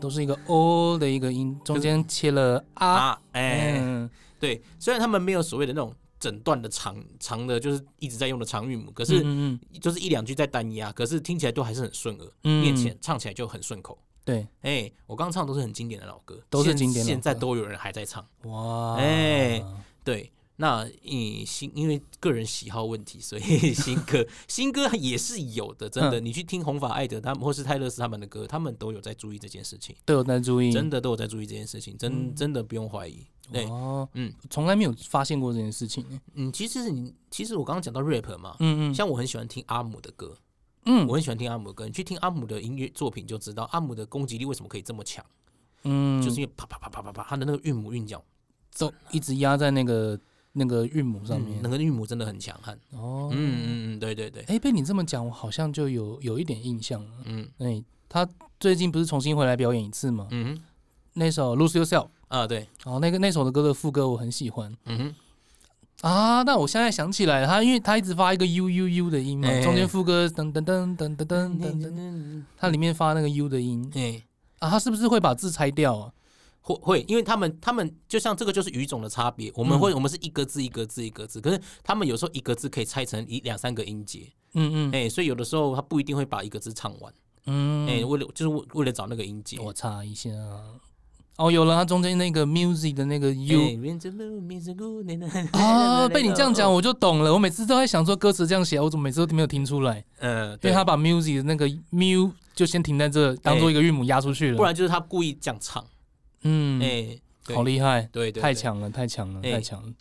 Speaker 1: 都是一个 o 的一个音，中间切了啊，
Speaker 2: 啊，哎、
Speaker 1: 嗯，
Speaker 2: 对，虽然他们没有所谓的那种整段的长长的，就是一直在用的长韵母，可是
Speaker 1: 嗯嗯
Speaker 2: 就是一两句在单压，可是听起来都还是很顺耳，
Speaker 1: 嗯
Speaker 2: 念起来唱起来就很顺口。
Speaker 1: 对，
Speaker 2: 哎、我刚唱都是很经典的老歌，
Speaker 1: 都是
Speaker 2: 现
Speaker 1: 经典老歌
Speaker 2: 现在都有人还在唱。
Speaker 1: 哇，
Speaker 2: 哎对，那嗯，新因为个人喜好问题，所以 新歌新歌也是有的，真的。你去听红发艾德他们或是泰勒斯他们的歌，他们都有在注意这件事情，
Speaker 1: 都有在注意，
Speaker 2: 真的都有在注意这件事情，真真的不用怀疑。对，
Speaker 1: 哦，
Speaker 2: 嗯
Speaker 1: 从来没有发现过这件事情。
Speaker 2: 嗯，其实你其实我刚刚讲到 rap 嘛，
Speaker 1: 嗯嗯
Speaker 2: 像我很喜欢听阿姆的歌，
Speaker 1: 嗯
Speaker 2: 我很喜欢听阿姆的歌。你去听阿姆的音乐作品就知道，阿姆的攻击力为什么可以这么强，
Speaker 1: 嗯，
Speaker 2: 就是因为啪啪啪啪啪啪，他的那个韵母韵脚，
Speaker 1: 都一直压在那个那个韵母上
Speaker 2: 嗯
Speaker 1: 面
Speaker 2: 那。个韵母真的很强悍。
Speaker 1: 哦，
Speaker 2: 嗯嗯嗯，对对对，
Speaker 1: 哎，被你这么讲，我好像就有有一点印象了。
Speaker 2: 嗯
Speaker 1: 哎，他最近不是重新回来表演一次吗？
Speaker 2: 嗯哼
Speaker 1: 那首《Lose Yourself》，
Speaker 2: 啊对，
Speaker 1: 哦，那个那首的歌的副歌我很喜欢
Speaker 2: 嗯哼。
Speaker 1: 啊。那我现在想起来了，他因为他一直发一个 u u u 的音嘛，
Speaker 2: 哎
Speaker 1: 中间副歌噔噔噔噔噔噔噔噔，
Speaker 2: 嗯，
Speaker 1: 它里面发那个 u 的音
Speaker 2: 哎，
Speaker 1: 啊，他是不是会把字拆掉啊？
Speaker 2: 会会，因为他们他们就像这个就是语种的差别，我
Speaker 1: 嗯
Speaker 2: 们会、我们是一个字一个字一个字，可是他们有时候一个字可以拆成一两三个音节，
Speaker 1: 嗯嗯
Speaker 2: 哎、所以有的时候他不一定会把一个字唱完，
Speaker 1: 嗯，
Speaker 2: 哎、为了就是为为了找那个音节。
Speaker 1: 我查一下。哦，有了，它中间那个 music 的那个 u 啊，被你这样讲，我就懂了。我每次都在想说歌词这样写，我怎么每次都没有听出来？
Speaker 2: 嗯，
Speaker 1: 因
Speaker 2: 对
Speaker 1: 为他把 music 的那个 mu 就先停在这，当做一个韵母压出去了。
Speaker 2: 不然就是他故意这样唱，
Speaker 1: 嗯，
Speaker 2: 哎、对
Speaker 1: 好厉害，
Speaker 2: 对对，
Speaker 1: 太
Speaker 2: 对，
Speaker 1: 强了，太强了，
Speaker 2: 哎
Speaker 1: 太强了，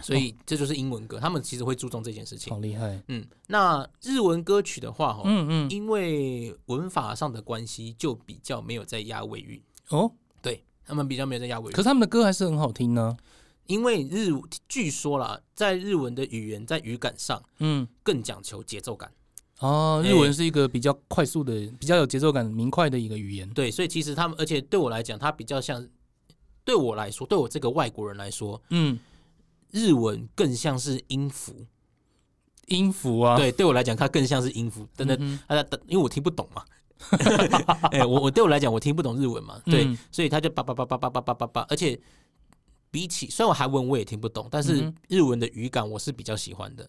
Speaker 2: 所以这就是英文歌，他们其实会注重这件事情
Speaker 1: 好。厉害。
Speaker 2: 嗯，那日文歌曲的话，哈、
Speaker 1: 哦嗯嗯，
Speaker 2: 因为文法上的关系，就比较没有在押尾韵，
Speaker 1: 哦，
Speaker 2: 他们比较没有在押尾
Speaker 1: 可是
Speaker 2: 韵。
Speaker 1: 他们的歌还是很好听呢。
Speaker 2: 因为日据说啦，在日文的语言在语感上
Speaker 1: 嗯，
Speaker 2: 更讲求节奏感，
Speaker 1: 哦，
Speaker 2: 哎
Speaker 1: 日文是一个比较快速的、比较有节奏感、明快的一个语言。
Speaker 2: 对，所以其实他们，而且对我来讲，它比较像，对我来说，对我这个外国人来说，
Speaker 1: 嗯，
Speaker 2: 日文更像是音符。
Speaker 1: 音符啊，
Speaker 2: 对，对我来讲，它更像是音符，真的，
Speaker 1: 嗯
Speaker 2: 它它因为我听不懂嘛。 哎、我我对我来讲，我听不懂日文嘛，对，
Speaker 1: 嗯
Speaker 2: 所以他就叭叭叭叭叭叭叭叭叭，而且比起虽然我韩文我也听不懂，但是
Speaker 1: 嗯
Speaker 2: 日文的语感我是比较喜欢的，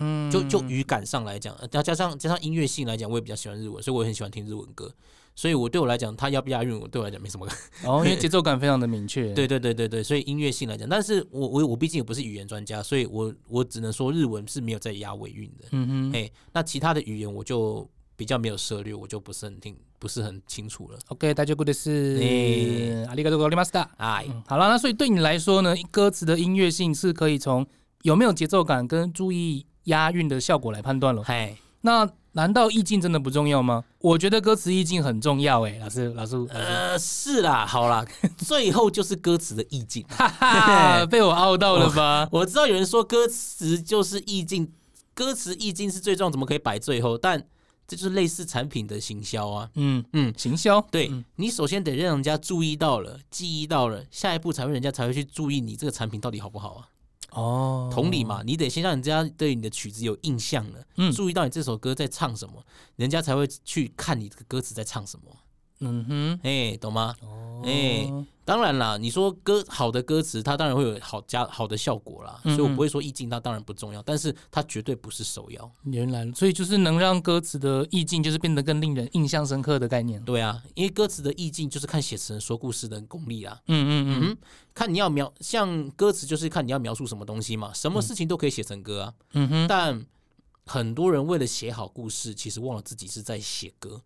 Speaker 1: 嗯
Speaker 2: 就就语感上来讲，呃加加上加上音乐性来讲，我也比较喜欢日文，所以我也很喜欢听日文歌，所以我对我来讲，他押不押韵，我对我来讲没什么
Speaker 1: 哦，因为节奏感非常的明确。
Speaker 2: 对对对对对，所以音乐性来讲，但是我我我毕竟也不是语言专家，所以我我只能说日文是没有在押尾韵的。
Speaker 1: 嗯哼
Speaker 2: 哎、那其他的语言我就比较没有涉猎，我就不是很听，不是很清楚了。
Speaker 1: ，OK，大家 good 是
Speaker 2: 哎
Speaker 1: 阿里嘎多格里马斯达。
Speaker 2: 哎，
Speaker 1: 嗯好了，那所以对你来说呢，歌词的音乐性是可以从有没有节奏感跟注意押韵的效果来判断了。
Speaker 2: 嗨，
Speaker 1: 那难道意境真的不重要吗？我觉得歌词意境很重要、诶，老师，老师，老师
Speaker 2: 呃，是啦，好啦，最后就是歌词的意境。
Speaker 1: 哈哈，被我凹到了吧？
Speaker 2: 我知道有人说歌词就是意境，歌词意境是最重要，怎么可以摆最后？但这就是类似产品的行销啊。
Speaker 1: 嗯嗯
Speaker 2: 嗯，
Speaker 1: 行销，
Speaker 2: 对、
Speaker 1: 嗯
Speaker 2: 你首先得让人家注意到了，记忆到了，下一步才会人家才会去注意你这个产品到底好不好啊。
Speaker 1: 哦，
Speaker 2: 同理，嘛，你得先让人家对你的曲子有印象了，
Speaker 1: 嗯
Speaker 2: 注意到你这首歌在唱什么，人家才会去看你这个歌词在唱什么。
Speaker 1: 嗯
Speaker 2: 哎、懂吗？
Speaker 1: 哼，哦，
Speaker 2: 哎当然啦，你说歌好的歌词，它当然会有好加好的效果啦，
Speaker 1: 嗯
Speaker 2: 所以我不会说意境它当然不重要，但是它绝对不是首要。
Speaker 1: 原来，所以就是能让歌词的意境就是变得更令人印象深刻的概念。
Speaker 2: 对啊，因为歌词的意境就是看写词人说故事的功力啊。
Speaker 1: 嗯嗯嗯
Speaker 2: 嗯，看你要描，像歌词就是看你要描述什么东西嘛，什么事情都可以写成歌啊。
Speaker 1: 嗯哼，
Speaker 2: 但很多人为了写好故事，其实忘了自己是在写歌。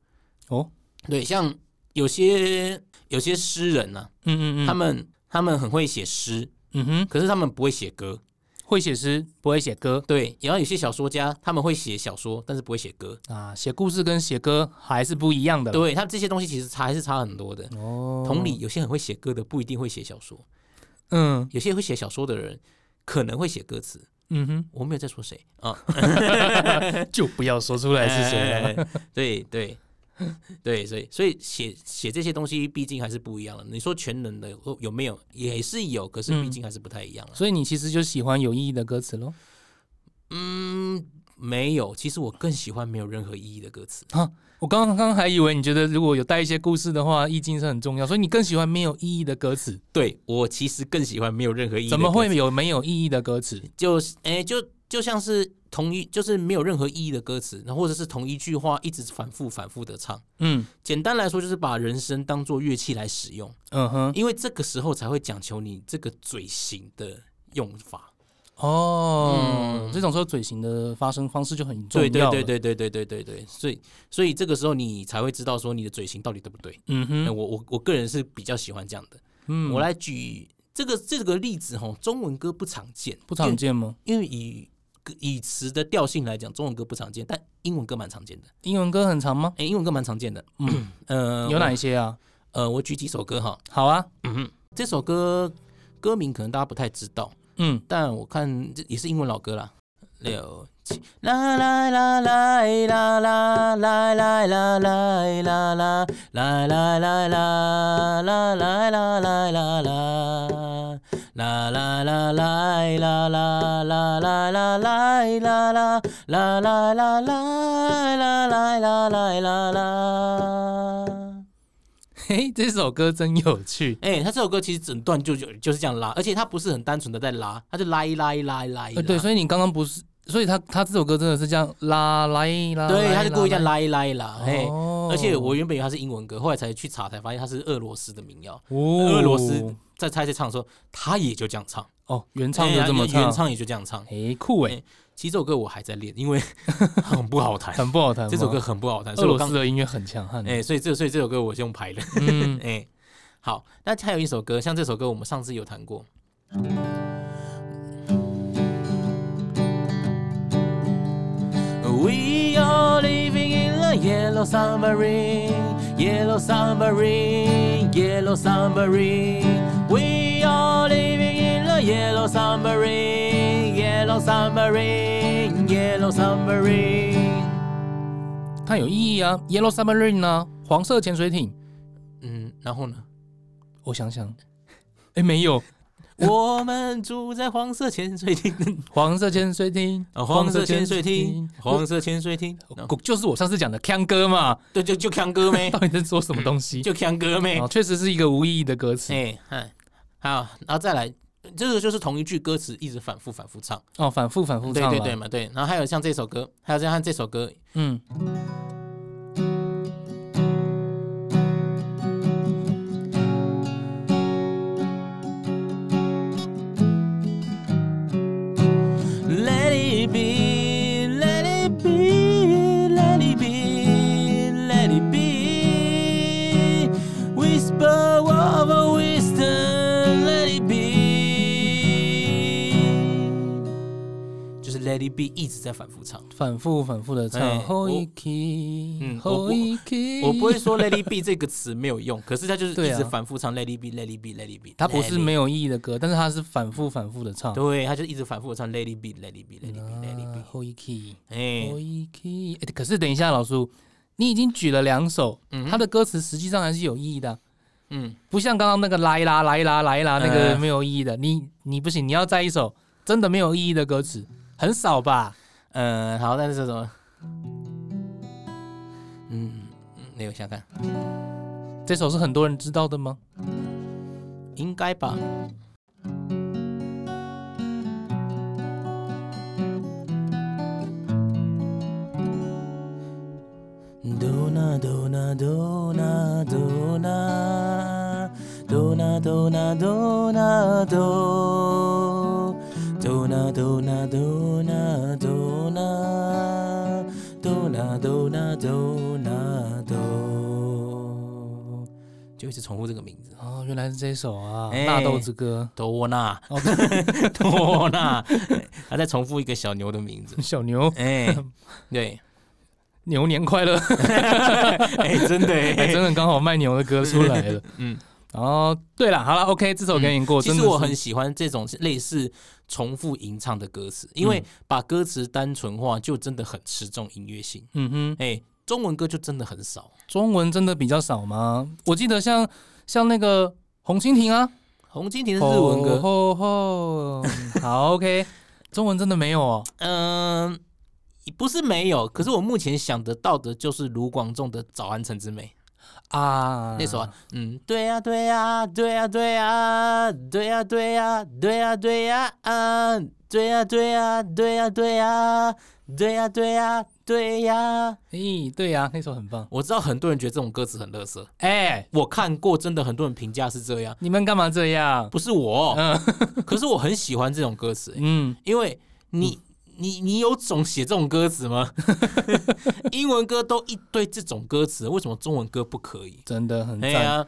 Speaker 1: 哦，
Speaker 2: 对，像有些有些诗人呢、
Speaker 1: 嗯嗯嗯，
Speaker 2: 他们他们很会写诗，
Speaker 1: 嗯哼
Speaker 2: 可是他们不会写歌。
Speaker 1: 会写诗，不会写歌
Speaker 2: 对，然后有些小说家他们会写小说，但是不会写歌。
Speaker 1: 啊，写故事跟写歌还是不一样的啦。
Speaker 2: 对，他这些东西其实差还是差很多的。
Speaker 1: 嗯哦，
Speaker 2: 同理，，有些很会写歌的不一定会写小说，
Speaker 1: 嗯
Speaker 2: 有些会写小说的人可能会写歌词。
Speaker 1: 嗯哼，
Speaker 2: 我没有在说谁啊，
Speaker 1: 就不要说出来是谁啊了。
Speaker 2: 哎？对对对，所以所以写写这些东西，毕竟还是不一样的。你说全能的有没有？也是有，可是
Speaker 1: 嗯
Speaker 2: 毕竟还是不太一样了。
Speaker 1: 所以你其实就喜欢有意义的歌词喽？
Speaker 2: 嗯，没有。其实我更喜欢没有任何意义的歌词。
Speaker 1: 我刚刚还以为你觉得如果有带一些故事的话，意境是很重要，所以你更喜欢没有意义的歌词。
Speaker 2: 对我其实更喜欢没有任何意义的歌
Speaker 1: 怎
Speaker 2: 词。
Speaker 1: 么会有没有意义的歌词？
Speaker 2: 就是哎、就就像是同一，就是没有任何意义的歌词，然后或者是同一句话一直反复反复的唱。
Speaker 1: 嗯
Speaker 2: 简单来说，就是把人声当做乐器来使用，
Speaker 1: 嗯哼，
Speaker 2: 因为这个时候才会讲求你这个嘴型的用法。
Speaker 1: 哦，这种时候嘴型的发声方式就很重
Speaker 2: 对
Speaker 1: 要。
Speaker 2: 对对，对对对对对对，所以所以这个时候你才会知道说你的嘴型到底对不对。
Speaker 1: 嗯
Speaker 2: 那
Speaker 1: 哼，
Speaker 2: 我我我个人是比较喜欢这样的。
Speaker 1: 嗯，
Speaker 2: 我来举这个这个例子哈，中文歌不常见，
Speaker 1: 不常见吗？
Speaker 2: 因为，因为以以词的调性来讲，中文歌不常见，但英文歌蛮常见的。
Speaker 1: 英文歌很长吗？
Speaker 2: 哎、英文歌蛮常见的。
Speaker 1: 嗯，
Speaker 2: 呃，
Speaker 1: 有哪一些啊？
Speaker 2: 我？呃，我举几首歌哈。
Speaker 1: 好啊，
Speaker 2: 这首歌歌名可能大家不太知道，
Speaker 1: 嗯，
Speaker 2: 但我看这也是英文老歌啦。六七啦啦啦啦啦啦啦啦啦啦啦啦啦啦啦啦啦啦啦啦啦啦。啦啦啦啦啦啦啦啦啦啦啦啦啦啦啦啦啦啦啦啦啦啦。
Speaker 1: 嘿，这首歌真有趣，
Speaker 2: 哎、他这首歌其实整段就就就是这样拉，而且他不是很单纯的在拉，他就拉一拉一拉一拉一拉。
Speaker 1: 呃，对，所以你刚刚不是，所以他他这首歌真的是这样拉拉一拉，
Speaker 2: 对，他
Speaker 1: 是
Speaker 2: 就故意这样，拉一拉一拉，嘿、
Speaker 1: 哦
Speaker 2: 而且我原本以为他是英文歌，后来才去查才发现他是俄罗斯的民谣。
Speaker 1: 俄
Speaker 2: 俄罗斯在猜在唱的时候，他也就这样唱，
Speaker 1: 哦，原唱
Speaker 2: 哎
Speaker 1: 就这么
Speaker 2: 原
Speaker 1: 唱，
Speaker 2: 唱也就这样唱。
Speaker 1: 哎，酷哎，
Speaker 2: 哎其实这首歌我还在练，因为很不 好弹，
Speaker 1: 很不好弹吗。
Speaker 2: 这首歌很不好弹，所
Speaker 1: 俄
Speaker 2: 以
Speaker 1: 罗
Speaker 2: 我刚
Speaker 1: 斯的音乐很强悍，
Speaker 2: 哎、所以这所以这首歌我是用排的。
Speaker 1: 嗯，
Speaker 2: 哎、好，那还有一首歌，像这首歌我们上次有弹过。We are living in a yellow submarine, yellow submarine, yellow submarine. We are living in a yellow submarine, yellow submarine, yellow submarine.
Speaker 1: 它有意义啊，Yellow Submarine 啊，黄色潜水艇。
Speaker 2: 嗯，然后呢？
Speaker 1: 我想 想，哎，没有
Speaker 2: 我们住在黄色潜水艇。
Speaker 1: 黄色潜水艇
Speaker 2: 啊，黄色潜水艇，黄色潜水艇，
Speaker 1: 不就是我上次讲的 Kang 哥嘛？
Speaker 2: 对，哦就就强 哥妹
Speaker 1: 到，底在说什么东西？
Speaker 2: 就强哥妹
Speaker 1: 啊，，确实是一个无意义的歌词
Speaker 2: 哎，嗨好，然后再来，这个就是同一句歌词一直反复反复唱，
Speaker 1: 哦，反复反复
Speaker 2: 对
Speaker 1: 唱
Speaker 2: 对
Speaker 1: 啦
Speaker 2: 对，嘛，对，然后还有像这首歌，还有像这首歌，
Speaker 1: 嗯，
Speaker 2: Let it be, let it be, let it be, let it be. Whisper of a wisdom, let it be. 就是 Let it be 一直在反 复唱。
Speaker 1: 反复反复的
Speaker 2: 哎
Speaker 1: 唱。后一 key，
Speaker 2: 嗯
Speaker 1: 后一 key，
Speaker 2: 我不会，说 Let it be 这个词没有用，可是他就是
Speaker 1: 对
Speaker 2: 一
Speaker 1: 啊
Speaker 2: 直反复唱 Let it be, Let it be, Let it be。
Speaker 1: 它不是
Speaker 2: Let it
Speaker 1: 没有意义的歌，但是它是反复反复的唱
Speaker 2: be，。对，他就一直反复地唱 Let it be, Let it be, Let it be, Let it
Speaker 1: 啊
Speaker 2: be。
Speaker 1: 后一 key。
Speaker 2: 哎
Speaker 1: 我，一 key，欸可是等一下，老叔，你已经举了两首，
Speaker 2: 嗯哼
Speaker 1: 他的歌词实际上还是有意义的啊，
Speaker 2: 嗯，
Speaker 1: 不像刚刚那个来啦来啦来啦那个
Speaker 2: 嗯
Speaker 1: 没有意义的。你你不行，你要再一首真的没有意义的歌词，很少吧？
Speaker 2: 嗯，好，但是这种，嗯，嗯那我想想看，
Speaker 1: 这首是很多人知道的吗？
Speaker 2: 应该吧。Do na do na do na do na do na do na do na do do na do na do na do na do na do na do na do，就一直重复这个名字。
Speaker 1: 哦，原来是这首啊，
Speaker 2: 哎
Speaker 1: 纳豆之歌》
Speaker 2: 多纳
Speaker 1: 哦，
Speaker 2: 多纳，他在重复一个小牛的名字。
Speaker 1: 小牛
Speaker 2: 哎、对，
Speaker 1: 牛年快乐，
Speaker 2: 哎、真的、哎
Speaker 1: 还真的刚好卖牛的歌出来了。
Speaker 2: 嗯，
Speaker 1: 然后对了，好了，OK，这首给你过。
Speaker 2: 其
Speaker 1: 真
Speaker 2: 实
Speaker 1: 的
Speaker 2: 我
Speaker 1: 是
Speaker 2: 很喜欢这种类似重复吟唱的歌词，因为把歌词单纯化就真的很吃重音乐性。
Speaker 1: 嗯哼。
Speaker 2: 哎、中文歌就真的很少。
Speaker 1: 中文真的比较少吗？我记得像像那个红蜻蜓啊，哦
Speaker 2: 红蜻蜓是日文歌，
Speaker 1: 吼吼吼好 OK，中文真的没有哦。
Speaker 2: 嗯、不是没有，可是我目前想得到的就是卢广仲的《早安城之美》。
Speaker 1: 啊，
Speaker 2: 那首啊，嗯，对呀、对呀、对呀、对呀、对呀、对呀、对呀、对呀、啊，对呀、对呀、对呀、对呀、对呀、对呀、对呀、
Speaker 1: 咦，对呀、那首很棒。
Speaker 2: 我知道很多人觉得这种歌词很垃圾，
Speaker 1: 哎、
Speaker 2: 我看过，真的很多人评价是这样，
Speaker 1: 你们干嘛这样？
Speaker 2: 不是我，
Speaker 1: 嗯
Speaker 2: 可是我很喜欢这种歌词、
Speaker 1: 嗯，
Speaker 2: 因为你、你你有种写这种歌词吗？英文歌都一堆这种歌词，为什么中文歌不可以？
Speaker 1: 真的很
Speaker 2: 哎
Speaker 1: 赞。
Speaker 2: 呀、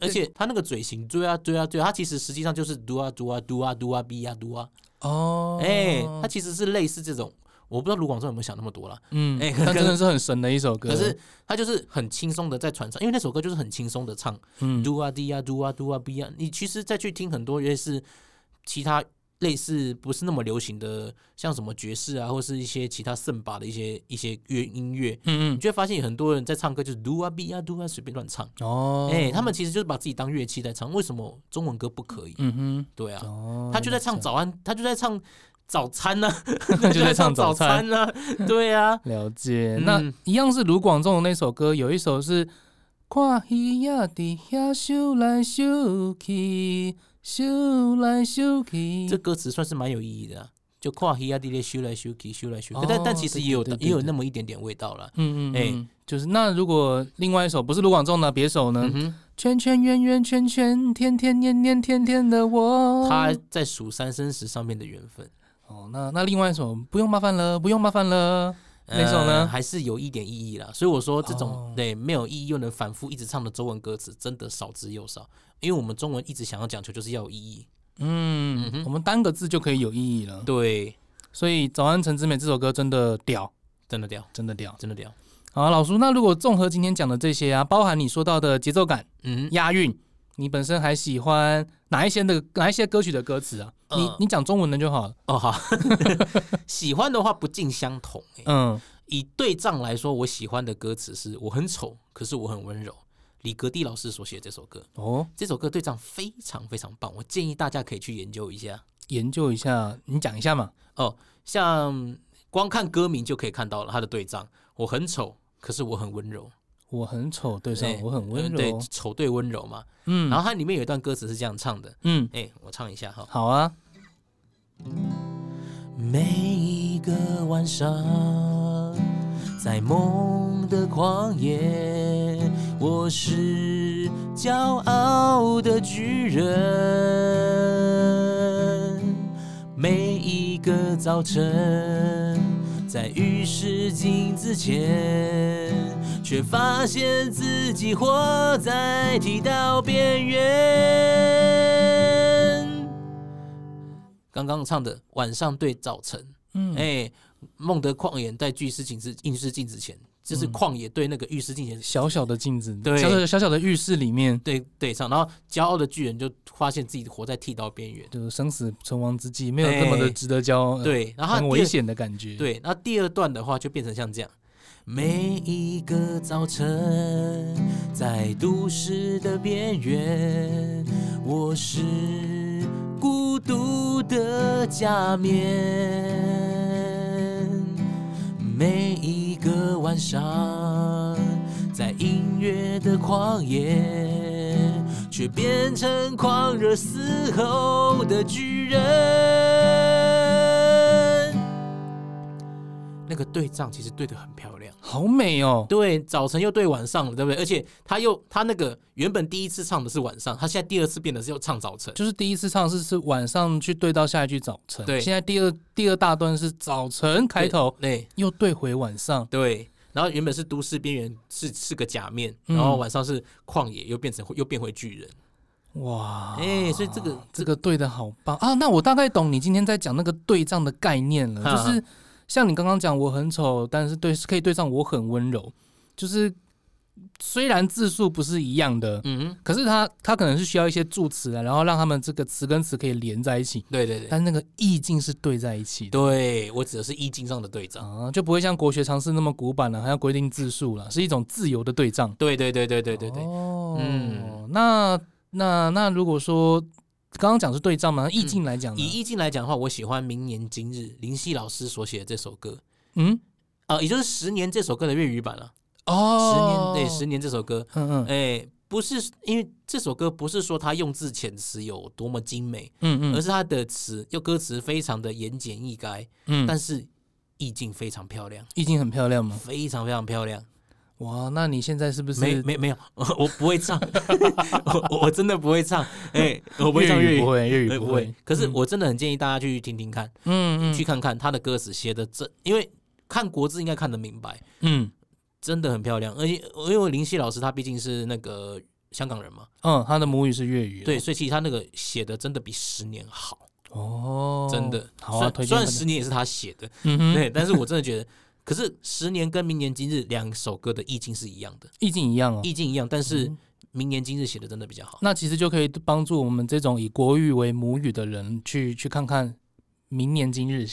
Speaker 2: 而且他那个嘴型，对啊对啊对啊，他其实实际上就是嘟啊嘟啊嘟啊嘟啊比啊嘟啊，
Speaker 1: 哦，
Speaker 2: 哎、它其实是类似这种，我不知道卢广仲有没有想那么多啦。
Speaker 1: 嗯，
Speaker 2: 哎可
Speaker 1: 但真的是很神的一首歌。
Speaker 2: 可是他就是很轻松的在传唱，因为那首歌就是很轻松的唱，
Speaker 1: 嗯，
Speaker 2: 嘟啊滴啊嘟啊嘟啊比啊。你其实再去听很多，也是其他类似不是那么流行的，像什么爵士啊，或是一些其他圣把的一些一些乐音乐，
Speaker 1: 嗯
Speaker 2: 你就会发现有很多人在唱歌就是嘟啊比啊嘟啊随便乱唱。
Speaker 1: 嗯，哦，
Speaker 2: 哎、他们其实就是把自己当乐器在唱，为什么中文歌不可以？
Speaker 1: 嗯哼，
Speaker 2: 对啊，
Speaker 1: 哦，
Speaker 2: 他就在唱早安，他就在唱早餐啊呢、
Speaker 1: 那就在唱
Speaker 2: 早
Speaker 1: 早餐。
Speaker 2: 呢、对啊，
Speaker 1: 了解，
Speaker 2: 嗯
Speaker 1: 那一样是卢广仲的那首歌，有一首是“看鱼呀伫遐游来游去，游来游去”，
Speaker 2: 这歌词算是蛮有意义的、啊，就跨黑亚地列修来修去修来修去，
Speaker 1: 哦
Speaker 2: 但但其实也有
Speaker 1: 对对对
Speaker 2: 也有
Speaker 1: 对
Speaker 2: 那么一点点味道了。
Speaker 1: 嗯嗯，
Speaker 2: 哎
Speaker 1: 哎，就是那如果另外一首不是卢广仲的别首呢
Speaker 2: 嗯？哼，
Speaker 1: 圈圈圆圆圈圈，天天年年天天的我。
Speaker 2: 他在数三生石上面的缘分，
Speaker 1: 哦，那那另外一首不用麻烦了，不用麻烦了。哪首
Speaker 2: 呃
Speaker 1: 呢
Speaker 2: 还是有一点意义啦。所以我说这种、
Speaker 1: 哦
Speaker 2: 对没有意义又能反复一直唱的中文歌词，真的少之又少。因为我们中文一直想要讲求就是要有意义。
Speaker 1: 嗯，
Speaker 2: 嗯哼
Speaker 1: 我们单个字就可以有意义了。
Speaker 2: 对，
Speaker 1: 所以《早安陈之美》这首歌真的屌，
Speaker 2: 真的掉，
Speaker 1: 真的屌。
Speaker 2: 真的掉。
Speaker 1: 好，啊老叔，那如果综合今天讲的这些啊，包含你说到的节奏感、
Speaker 2: 嗯哼，
Speaker 1: 押韵，你本身还喜欢哪一些的哪一些歌曲的歌词啊？
Speaker 2: 嗯
Speaker 1: 你你讲中文的就好了。
Speaker 2: 哦好， 喜欢的话不尽相同、欸。
Speaker 1: 嗯，
Speaker 2: 以对仗来说，我喜欢的歌词是“我很丑，可是我很温柔”，李格弟老师所写的这首歌。
Speaker 1: 哦，
Speaker 2: 这首歌对仗非常非常棒，我建议大家可以去研究一下。
Speaker 1: 研究一下，你讲一下嘛。
Speaker 2: 像光看歌名就可以看到了他的对仗，我很丑，可是我很温柔。
Speaker 1: 我很丑，对上
Speaker 2: 哎
Speaker 1: 我很温
Speaker 2: 嗯对
Speaker 1: 柔，。
Speaker 2: 丑对温柔嘛。
Speaker 1: 嗯，
Speaker 2: 然后它里面有一段歌词是这样唱的，
Speaker 1: 嗯，
Speaker 2: 哎，我唱一下哈。
Speaker 1: 好啊，
Speaker 2: 每一个晚上，在梦的旷野，我是骄傲的巨人。每一个早晨，在浴室镜子前，却发现自己活在剃刀边缘。刚刚唱的晚上对早晨，
Speaker 1: 嗯，
Speaker 2: 哎、孟德旷野在巨石镜子浴室镜子前，就是旷野对那个浴室镜前、
Speaker 1: 小小的镜子，
Speaker 2: 对
Speaker 1: 小小的小小的浴室里面，
Speaker 2: 对对唱，然后骄傲的巨人就发现自己活在剃刀边缘，
Speaker 1: 就是生死存亡之际，没有这么的值得骄傲，，
Speaker 2: 哎对，然后他
Speaker 1: 很
Speaker 2: 第
Speaker 1: 危
Speaker 2: 二
Speaker 1: 险的感觉，，
Speaker 2: 对，那第二段的话就变成像这样：每一个早晨，在都市的边缘，我是孤独的假面。每一个晚上，在音乐的旷野，却变成狂热嘶吼的巨人。那个对仗其实对的很漂亮。
Speaker 1: 好美哦，
Speaker 2: 对，早晨又对晚上了，对不对？而且他又他那个原本第一次唱的是晚上，他现在第二次变得是要唱早晨。
Speaker 1: 就是第一次唱是是晚上去对到下一句早晨，
Speaker 2: 对
Speaker 1: 现在第二第二大段是早晨开头，
Speaker 2: 对
Speaker 1: 又对回晚上，
Speaker 2: 对，然后原本是都市边缘是是个假面，
Speaker 1: 嗯
Speaker 2: 然后晚上是旷野，又变成又变回巨人。
Speaker 1: 哇，
Speaker 2: 哎、所以这个
Speaker 1: 这个对的好棒啊！那我大概懂你今天在讲那个对仗的概念了，
Speaker 2: 哈哈
Speaker 1: 就是像你刚刚讲我很丑，但是对可以对上我很温柔，就是虽然字数不是一样的，
Speaker 2: 嗯哼，
Speaker 1: 可是它它可能是需要一些助词啊，然后让他们这个词跟词可以连在一起，
Speaker 2: 对对对，
Speaker 1: 但那个意境是对在一起的。
Speaker 2: 对我指的是意境上的对仗。
Speaker 1: 啊，就不会像国学常识那么古板了、还要规定字数了，是一种自由的对仗。
Speaker 2: 对对对对对对对，
Speaker 1: 哦，
Speaker 2: 嗯
Speaker 1: 那那那如果说刚刚讲是对仗嘛，那意境来讲呢
Speaker 2: 嗯以？意境来讲的话，我喜欢明年今日林夕老师所写的这首歌，
Speaker 1: 嗯，
Speaker 2: 啊，也就是《十年》这首歌的粤语版了、
Speaker 1: 哦，
Speaker 2: 十年》对，《十年》这首歌，
Speaker 1: 嗯嗯，
Speaker 2: 哎，不是因为这首歌不是说它用字遣词有多么精美，
Speaker 1: 嗯
Speaker 2: 而
Speaker 1: 嗯
Speaker 2: 是它的词又歌词非常的言简意赅，
Speaker 1: 嗯，
Speaker 2: 但是意境非常漂亮，
Speaker 1: 意境很漂亮吗？
Speaker 2: 非常非常漂亮。
Speaker 1: 哇，那你现在是不是
Speaker 2: 没没没有， 我不会唱， 我我我真的不会唱，哎，我不会唱
Speaker 1: 粤语
Speaker 2: 粤语
Speaker 1: 不。会粤
Speaker 2: 哎
Speaker 1: 语
Speaker 2: 不
Speaker 1: 会
Speaker 2: 会，，可是我真的很建议大家去听听看，
Speaker 1: 嗯
Speaker 2: 去
Speaker 1: 嗯
Speaker 2: 看看他的歌词写的真，因为看国字应该看得明白，
Speaker 1: 嗯
Speaker 2: 真的很漂亮。而且因为林夕老师他毕竟是那个香港人嘛，
Speaker 1: 嗯，他的母语是粤语，
Speaker 2: 对，所以其实他那个写的真的比十年好，
Speaker 1: 哦，
Speaker 2: 真的。
Speaker 1: 好
Speaker 2: 虽
Speaker 1: 啊，
Speaker 2: 然
Speaker 1: 推
Speaker 2: 虽
Speaker 1: 荐
Speaker 2: 然
Speaker 1: 大家
Speaker 2: 十年也是他写的，
Speaker 1: 嗯哼，
Speaker 2: 对，但是我真的觉得，可是十年跟明年今日两首歌的意境是一样的，
Speaker 1: 意境一样哦。
Speaker 2: 意境一样，但是
Speaker 1: 嗯
Speaker 2: 明年今日写的真的比较好。
Speaker 1: 那其实就可以帮助我们这种以国语为母语的人去去看看明年今日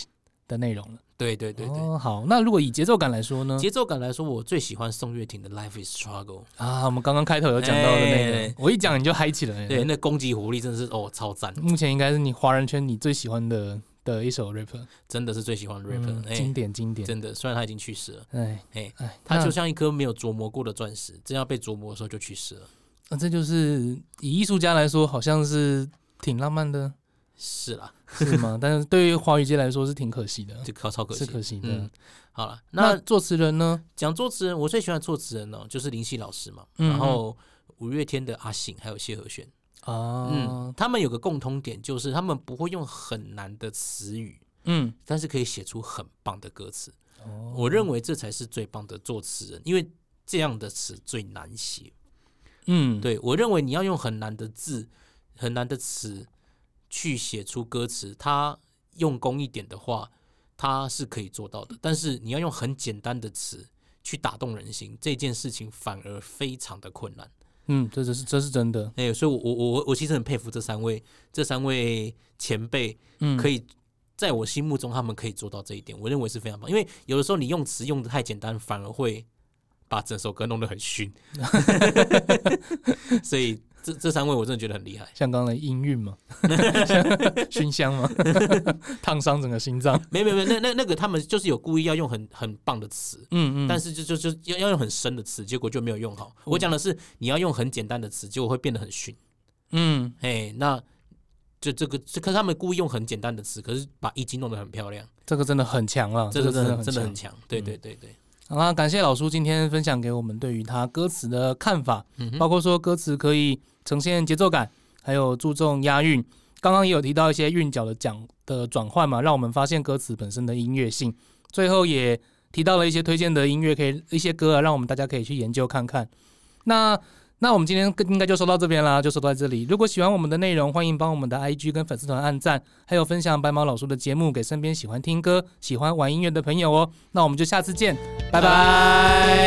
Speaker 1: 的内容了。
Speaker 2: 对对对对，
Speaker 1: 哦，好，那如果以节奏感来说呢？
Speaker 2: 节奏感来说，我最喜欢宋岳庭的《Life Is Struggle》，
Speaker 1: 啊，我们刚刚开头有讲到的那
Speaker 2: 哎
Speaker 1: 个，我一讲你就嗨起来了。
Speaker 2: 对，，那攻击活力真的是哦超赞，
Speaker 1: 目前应该是你华人圈你最喜欢的的一首 rapper，
Speaker 2: 真的是最喜欢的 rapper，
Speaker 1: 嗯
Speaker 2: 哎、
Speaker 1: 经典经典。
Speaker 2: 真的，虽然他已经去世了，
Speaker 1: 哎
Speaker 2: 哎
Speaker 1: 哎，
Speaker 2: 他
Speaker 1: 那
Speaker 2: 就像一颗没有琢磨过的钻石，真要被琢磨的时候就去世了。
Speaker 1: 那这就是以艺术家来说，好像是挺浪漫的，
Speaker 2: 是啦，
Speaker 1: 是吗？ 但是对于华语界来说是挺可惜的，
Speaker 2: 这超超可惜
Speaker 1: 是。可惜的。
Speaker 2: 嗯，好了，
Speaker 1: 那
Speaker 2: 那
Speaker 1: 作词人呢？
Speaker 2: 讲作词人，我最喜欢的作词人呢、就是林夕老师嘛，
Speaker 1: 嗯
Speaker 2: 然后五月天的阿信还有谢和弦，
Speaker 1: 啊
Speaker 2: 嗯，，他们有个共通点，就是他们不会用很难的词语，
Speaker 1: 嗯，
Speaker 2: 但是可以写出很棒的歌词。
Speaker 1: 哦
Speaker 2: 我认为这才是最棒的作词人，因为这样的词最难写。
Speaker 1: 嗯，
Speaker 2: 对我认为你要用很难的字、很难的词去写出歌词，它用功一点的话，它是可以做到的。但是你要用很简单的词去打动人心，这件事情反而非常的困难。
Speaker 1: 嗯，这这是这是真的，
Speaker 2: 哎、所以我我我我其实很佩服这三位这三位前辈，
Speaker 1: 嗯，
Speaker 2: 可
Speaker 1: 以，
Speaker 2: 以在我心目中他们可以做到这一点，我认为是非常棒。因为有的时候你用词用的太简单，反而会把整首歌弄得很 逊。所以这这三位我真的觉得很厉害。
Speaker 1: 像刚才音韵嘛， 熏香 嘛，烫伤整个心脏，
Speaker 2: 没没没，那那那个他们就是有故意要用很很棒的词。
Speaker 1: 嗯嗯，
Speaker 2: 但是就就就要要用很深的词，结果就没有用好。我讲的是你要用很简单的词，结果会变得很逊。
Speaker 1: 嗯，
Speaker 2: 哎，那就这个这个他们故意用很简单的词，可是把意境弄得很漂亮，
Speaker 1: 这个真的很强啊，
Speaker 2: 哦这
Speaker 1: 个
Speaker 2: 个真
Speaker 1: 的
Speaker 2: 的真的
Speaker 1: 强
Speaker 2: 很强。对
Speaker 1: 嗯
Speaker 2: 对对对，
Speaker 1: 好啦，感谢老叔今天分享给我们对于他歌词的看法，
Speaker 2: 嗯哼
Speaker 1: 包括说歌词可以呈现节奏感，还有注重押韵。刚刚也有提到一些韵脚的讲的转换嘛，让我们发现歌词本身的音乐性。最后也提到了一些推荐的音乐，可以一些歌啊，让我们大家可以去研究看看。那那我们今天应该就说到这边啦，就说到这里。如果喜欢我们的内容，欢迎帮我们的 IG 跟粉丝团按赞，还有分享白毛老叔的节目给身边喜欢听歌、喜欢玩音乐的朋友哦。那我们就下次见，拜拜